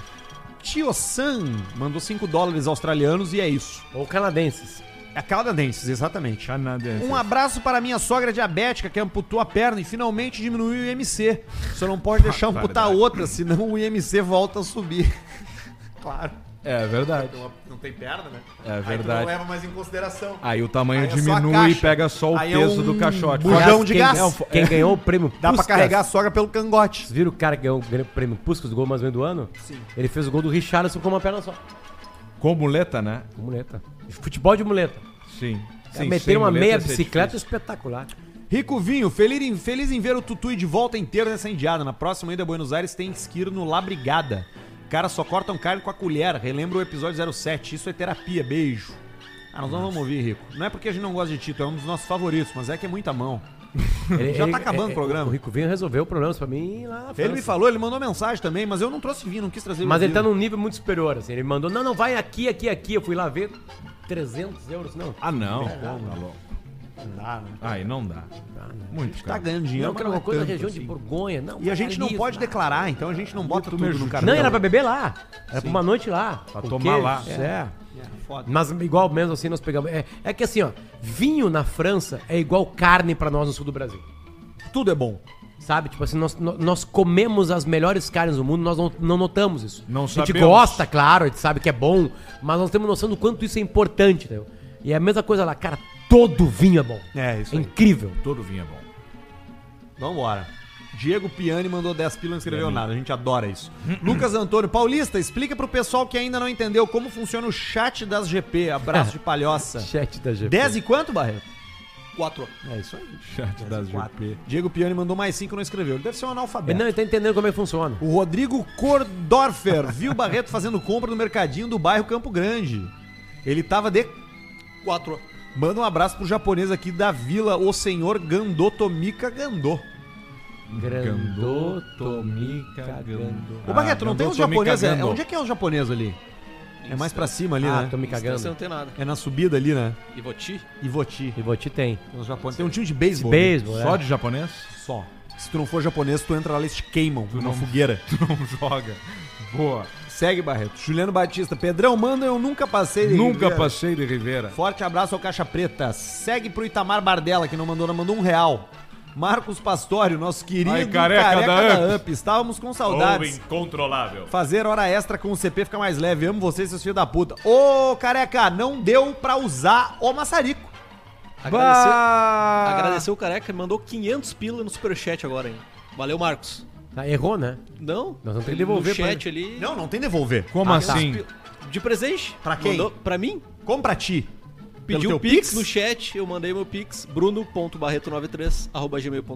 Tio San mandou 5 dólares australianos e é isso.
Ou canadenses.
É canadenses, exatamente.
Canadense.
Um abraço para minha sogra diabética que amputou a perna e finalmente diminuiu o IMC. Só não pode <laughs> deixar amputar outra, senão o IMC volta a subir. <laughs> claro.
É verdade.
Não- Não tem perna, né?
É
Aí tu não
verdade.
leva mais em consideração.
Aí o tamanho
Aí é só a
diminui e
caixa.
pega só o
Aí é
peso
um
do caixote.
bujão
Aliás,
de
quem,
gás.
não, quem ganhou o prêmio
Dá pra
Puskas-
carregar a sogra pelo cangote.
Vocês viram o cara que ganhou o prêmio Puskas do gol mais do ano? Sim. Ele fez o gol do Richarlison com uma perna só.
Com muleta, né?
Com muleta. Futebol de muleta.
Sim.
Cara,
Sim, sem
Meteram É, uma
muleta
meia
ia ser
bicicleta espetacular.
Rico Vinho, feliz em, feliz em ver o Tutui de volta inteiro nessa indiada. Na próxima ida a Buenos Aires tem esquiro no Labrigada. Cara, só cortam carne com a colher. Relembra o episódio 07. Isso é terapia. Beijo. Ah, nós não vamos ouvir, Rico. Não é porque a gente não gosta de Tito, é um dos nossos favoritos, mas é que é muita mão.
Ele-
Já
ele- é,
tá acabando o programa.
O Rico Vinho resolveu problemas pra mim lá na
Ele me
França.
falou, ele mandou mensagem também, mas eu não trouxe vinho, não quis trazer
Mas
meu
ele tá
vinho.
num nível muito superior, assim. Ele me mandou, não, não, vai aqui, aqui, aqui. Eu fui lá ver 300 euros, É, não.
Ah, não. Tá louco.
Não dá, né?
Aí não dá.
né?
Muito
Tá
caro.
ganhando dinheiro,
Não,
mas
que era
não é
uma coisa da
tanto
região
assim.
de Borgonha, não.
E a
cara,
gente não
isso,
pode
ah.
declarar, então a gente não bota
tu
tudo
me
no
ajudou.
cartão.
Não, era pra beber lá. Era pra uma noite lá.
Pra
com
tomar lá.
queijo, É.
Foda.
Mas igual mesmo assim nós pegamos. É, é que assim, ó, vinho na França é igual carne pra nós no sul do Brasil.
Tudo é bom.
Sabe? Tipo assim, nós, nó- nós comemos as melhores carnes do mundo, nós não, não notamos isso.
Não
a gente
sabemos.
gosta, claro, a gente sabe que é bom, mas nós temos noção do quanto isso é importante, entendeu? E é a mesma coisa lá, cara, todo vinho é bom.
É, isso
É
aí.
incrível.
Todo vinho é bom.
Vambora. Diego Piani mandou 10 pila e não escreveu nada. A gente adora isso. Lucas Antônio Paulista, explica pro pessoal que ainda não entendeu como funciona o chat das GP. Abraço de palhoça.
<laughs> Chat da GP.
10 e quanto, Barreto?
Quatro.
É isso aí.
Chat das GP.
Diego Piani mandou mais 5 não escreveu. Ele deve ser um
Ele
analfabeto.
não tá entendendo como é que funciona.
O Rodrigo Kordorfer <laughs> viu Barreto fazendo compra no mercadinho do bairro Campo Grande. Ele tava de.
Quatro.
Manda um abraço pro japonês aqui da vila, o senhor Gandotomica Gandô.
Gandotomica Gandô. Ah,
Ô Barreto, não tem os japoneses? é- Onde é
que...
que é o japonês ali? É mais pra cima ali,
Ah,
né?
tô me
Você não
cagando.
tem nada.
É na subida ali, né?
Ivoti?
Ivoti.
Ivoti tem.
Tem uns japoneses. Tem um time de beisebol.
Beisebol,
Só
é.
de japonês?
ali. Só. Se tu não for japonês, tu entra lá e eles te queimam numa fogueira.
Tu <laughs> não joga. Boa.
Segue, Barreto. Juliano Batista. Pedrão, manda eu nunca passei. de
Nunca
Ribeira.
passei de Rivera.
Forte abraço ao Caixa Preta. Segue pro Itamar Bardella, que não mandou, não mandou um real. Marcos Pastório, nosso querido
Ai, careca da Up.
Estávamos com saudades.
incontrolável.
Fazer hora extra com o CP fica mais leve. Amo vocês, seus filhos da puta. Ô, careca, não deu pra usar o maçarico.
Agradeceu,
Ah.
agradeceu o careca e mandou 500 pila no superchat agora, hein? Valeu, Marcos.
Ah, errou, né?
Não?
Nós vamos ter que
Ele
devolver
no
pra
chat ali.
Não, não tem devolver.
Como
Ah, tá.
assim?
De presente.
Pra quem?
Mandou pra mim.
Compra ti.
Pediu
teu
o pix,
Pix?
no chat, eu mandei meu pix, bruno.barreto93.gmail.com.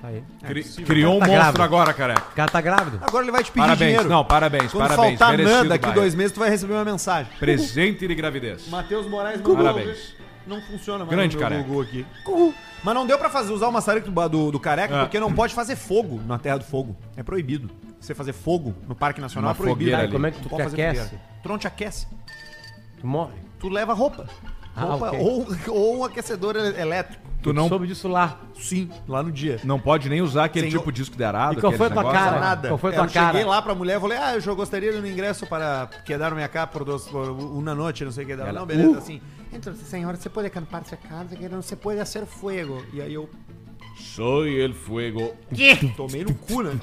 Tá aí.
Cri- criou um
Tá
monstro
grávida.
agora, cara.
O cara tá grávido.
Agora ele vai te pedir
Parabéns.
dinheiro.
Não, parabéns,
Quando
parabéns.
faltar
Merecido,
nada, daqui
Baia.
dois meses tu vai receber uma mensagem.
Presente de gravidez.
Matheus Moraes
Parabéns.
Não funciona mais
Grande
o meu
careca.
Google aqui. Mas não deu pra fazer, usar o maçarico do, do, do careca,
É.
porque não pode fazer fogo na Terra do Fogo. É proibido. Você fazer fogo no Parque Nacional
Uma
é proibido.
fogueira
Cara,
ali.
Como é que
Não
tu
pode
te
fazer
aquece?
fogueira.
Tu não te aquece.
Tu morre.
Tu leva roupa.
Ah,
roupa
ok.
ou, <laughs> ou um aquecedor el- elétrico.
Tu não,
soube disso lá.
Sim, lá no dia.
não pode nem usar aquele
Senhor-
tipo de disco de arado.
E qual foi a
aqueles
tua
negócios.
cara?
nada. É,
qual foi a
eu
tua cara?
cheguei lá pra mulher e falei, ah, eu já gostaria de um ingresso para quedar minha cá por, dos, por uma noite, não sei o que. Ela, não, beleza,
"Uh!"
assim. Então, senhora, você pode acampar sua casa, que não se pode hacer fuego. E aí eu
Soy el fuego.
tomei no cu, né?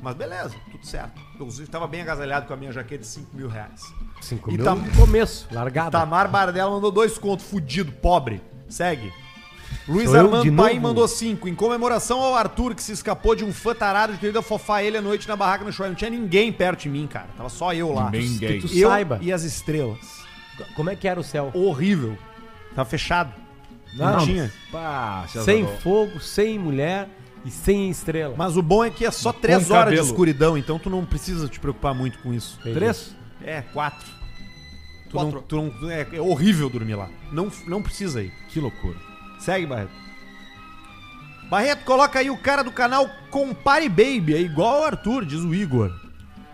Mas beleza, tudo certo. Inclusive, tava bem agasalhado com a minha jaqueta de 5 mil reais.
5
E
mil
tá-
no começo, largada.
Tamar Bardella mandou dois contos, fudido, pobre. Segue. Luiz
Sou eu de
Armando Paim
novo?
mandou cinco. Em comemoração ao Arthur, que se escapou de um fã tarado de querida fofar ele à noite na barraca no show. Não tinha ninguém perto de mim, cara. Tava só eu lá.
Ninguém.
Que tu
Eu
saiba.
e as estrelas.
Como é que era o céu?
Horrível. Tava fechado. Não, tinha.
Pá, se
Sem
azarou.
fogo, sem mulher e sem estrela.
Mas o bom é que é só
Com
três horas
cabelo.
de escuridão, então tu não precisa te preocupar muito com isso.
Beleza.
Três?
É, quatro. Tu
Quatro.
não- tu não- é, é horrível dormir lá. Não, não precisa ir.
Que loucura.
Segue, Barreto. Barreto, coloca aí o cara do canal Compare Baby. É igual o Arthur, diz o Igor.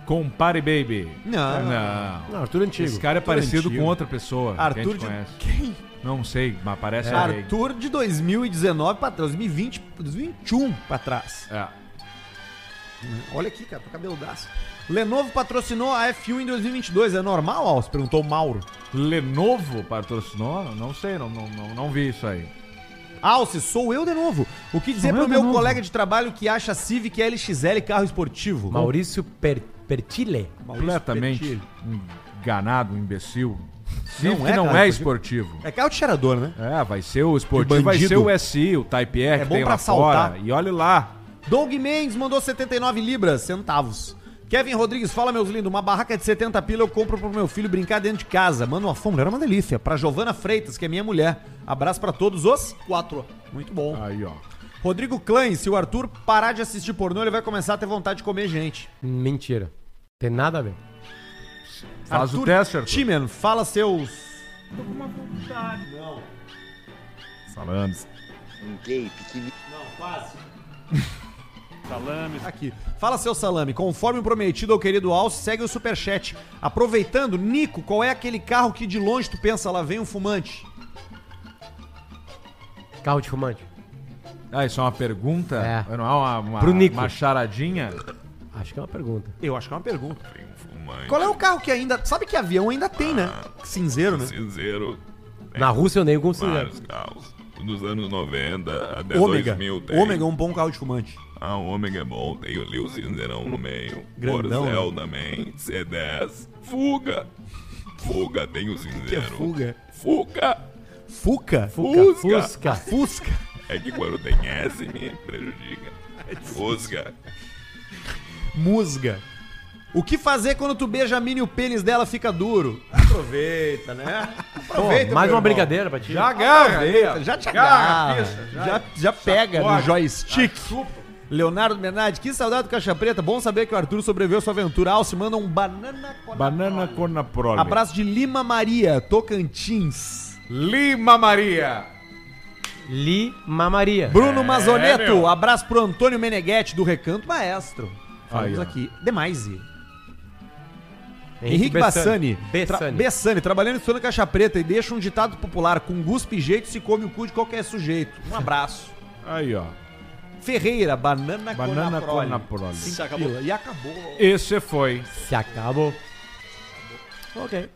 Compare Baby.
Não.
Não.
Não, Arthur é antigo.
Esse cara é
Tudo
parecido
antigo.
com outra pessoa que a
Arthur
gente
de.
conhece. É,
Quem?
Não sei, mas parece alguém.
Arthur de 2019 pra trás. 2020, 2021 pra trás.
É.
Olha aqui, cara, tô cabeludaço. Lenovo patrocinou a F1 em 2022. É normal, Alves? Perguntou o Mauro.
Lenovo patrocinou? Não sei, não, não, não, não vi isso aí.
Alce, sou eu de novo. O que dizer
Sou eu
pro
de
meu
novo.
colega de trabalho que acha Civic LXL carro esportivo?
Maurício Per- Pertile.
Maurício
Completamente
Petir.
enganado, um imbecil. Civic não
é,
é,
cara, porque-
esportivo.
É carro de cheirador, né?
É, vai ser o esportivo, vai
bandido.
ser o SI, o Type R
É
que
bom
tem
pra
lá
assaltar.
fora. E olha lá.
Doug Mendes mandou 79 libras, centavos. Kevin Rodrigues, fala meus lindos, uma barraca de 70 pila eu compro pro meu filho brincar dentro de casa. Manda uma fome, era uma delícia. Pra Giovana Freitas, que é minha mulher. Abraço pra todos os.
Quatro.
Muito bom.
Aí, ó.
Rodrigo Klein, se o Arthur parar de assistir pornô, ele vai começar a ter vontade de comer gente.
Mentira. Tem nada a ver.
Faz o teste, Arthur.
Timen, fala seus.
Salames.
Não, quase. salame. Aqui. Fala seu salame. Conforme prometido ao querido Alce, segue o superchat. Aproveitando, Nico, qual é aquele carro que de longe tu pensa, lá vem um fumante?
Carro de fumante.
Ah, isso é uma pergunta?
É.
Não é uma, uma,
Pro Nico.
uma charadinha?
Acho que é uma pergunta.
Eu acho que é uma pergunta. Qual é o carro que ainda. Sabe que avião ainda tem, né? Cinzeiro, né?
Ah, Cinzeiro,
Na Rússia eu nem considero.
vários carros. Dos anos 90 até
Ômega.
2000 tem.
Ômega é um bom carro de fumante.
A ômega é bom, tem o Liu Cinzerão no meio.
Grandão, né?
Orzel também, C10. Fuga! Fuga tem o cinzeiro.
Que é fuga?
Fuga!
Fuca?
Fusca.
Fusca. Fusca.
É que quando tem S me
<laughs>
prejudica. Fusca.
Musga. O que fazer quando tu beija a mini e o pênis dela fica duro? Aproveita, né?
Pô,
Aproveita,
mais
meu
uma
irmão.
brincadeira pra ti.
Já agarra aí, ó.
Já te
Agarra,
agarra.
pista, já- Ah,
Já, já pega no
sacode,
joystick.
chupa.
Leonardo Menardi, que saudade do Caixa Preta. Bom saber que o Arthur sobreviveu à sua aventura. Alce manda um banana com
Banana Cornaprole.
Abraço de Lima Maria, Tocantins.
É, Lima Maria.
Lima Maria.
Bruno
meu.
Mazoneto, abraço pro Antônio Meneghetti do Recanto Maestro. Falamos
Aí, ó.
aqui. Demais. Henrique Bassani. Tra-
Bessani.
Bessani, trabalhando e estudando Caixa Preta e deixa um ditado popular: com guspe e jeito se come o cu de qualquer sujeito. Um abraço.
Aí, ó.
Ferreira, banana,
Banana
Conaprole.
Conaprole.
Cinco
Se acabou.
pila. E acabou.
Esse foi.
Se acabou. Ok.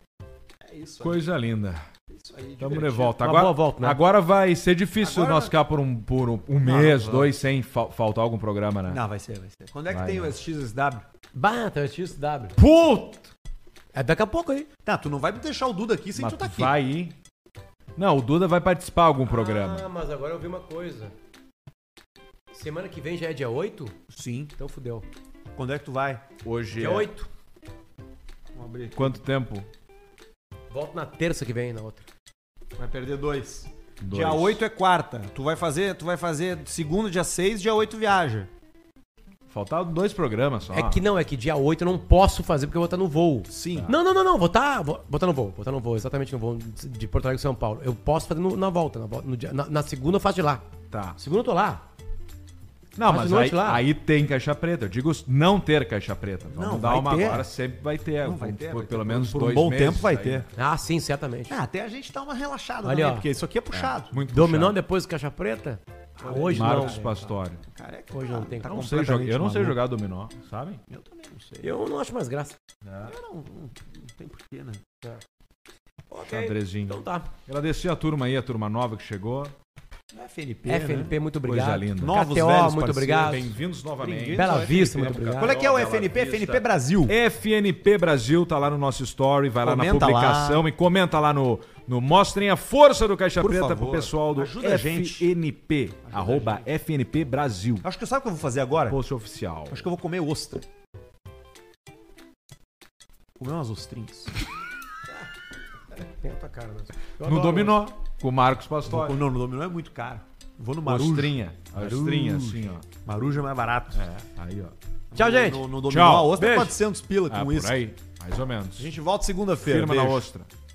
Coisa linda. Estamos de volta.
Uma
Agora,
boa volta, né?
agora vai ser difícil nós ficar por um, por um, um mês, dois, sem fal- faltar algum programa, né?
Não, vai ser, vai ser. Quando é que
Vai,
tem
vai.
o SXSW?
Bah, tá XW.
Puta!
É daqui a pouco aí.
Tá, tu não vai deixar o Duda aqui sem
Mas
tu tá aqui.
vai ir. Não, o Duda vai participar de algum programa.
Ah, mas agora eu vi uma coisa. Semana que vem já é dia 8?
Sim.
Então fudeu.
Quando é que tu vai?
Hoje
Dia
é...
8.
Vamos abrir.
Quanto tempo?
Volto na terça que vem, na outra.
Vai perder dois.
Dois.
Dia 8 é quarta. Tu vai fazer, tu vai fazer segundo dia 6, dia 8 viaja.
Faltaram dois programas só.
É que não, é que dia 8 eu não posso fazer porque eu vou estar no voo.
Tá.
Sim.
Não, não, não, não. Vou estar vou, vou tá no voo. Vou estar no voo, exatamente no voo de de Porto Alegre São Paulo. Eu posso fazer no- na volta. Na, vol- no dia- na- na segunda eu faço de lá.
Tá.
Segunda eu tô lá.
Não,
Faz
mas
de noite
aí,
lá.
aí tem caixa preta. Eu digo não ter caixa preta. Vamos
Não,
dar
vai
uma
ter.
agora, sempre vai ter.
Não, vai ter,
por,
vai ter.
pelo menos
Por um
dois
bom
meses
tempo vai
aí,
ter.
né?
Ah, sim, certamente.
Ah, até a gente dá uma relaxada
Olha,
também,
ó.
porque isso aqui é puxado.
Muito
Dominou depois do Caixa Preta? Ah, hoje
Marcos
não.
Pastore.
Cara, é que
Hoje não tem
tá
como.
Não sei jogar-
completamente
eu não sei
maluco.
jogar dominó, sabem?
Eu também não sei.
Eu não acho mais graça.
Eu não, não, não tem porquê, né?
É.
É,
Andrezinho.
Então tá.
Agradecer a turma aí, a turma nova que chegou.
Não é FNP,
né?
FNP, muito obrigado.
Coisa linda.
Novos
KTO,
velhos
muito
parceiros,
obrigado.
Bem-vindos novamente.
Bem-vindos.
Bela
Só
FNP,
Vista, muito
Boca
obrigado.
Qual é que é o
Bela
FNP?
Vista.
FNP Brasil.
FNP Brasil tá lá no nosso story, vai
Comenta
lá na publicação e comenta lá no, no Mostrem a Força do Caixa
Por
Preta pro
favor.
pessoal do
Ajuda a gente.
FNP, arroba FNP Brasil,
Acho que sabe o que eu vou fazer agora?
post oficial.
Acho que eu vou comer ostra. Comer umas ostrinhas.
Tem a tua cara, né? Eu
No
adoro.
dominó, com o Marcos
Vou
Pastore.
comer- Não, no Domino é muito caro. Vou no Marujo.
Ostrinha, ostrinha, assim, ó.
Marujo é mais barato.
É, aí, ó.
Tchau, gente.
No, no Dominó,
Tchau.
a ostra é
Beijo.
400 pila
Ah,
com
por
isso.
aí, mais ou menos.
A gente volta segunda-feira.
Firma na
Beijo.
ostra.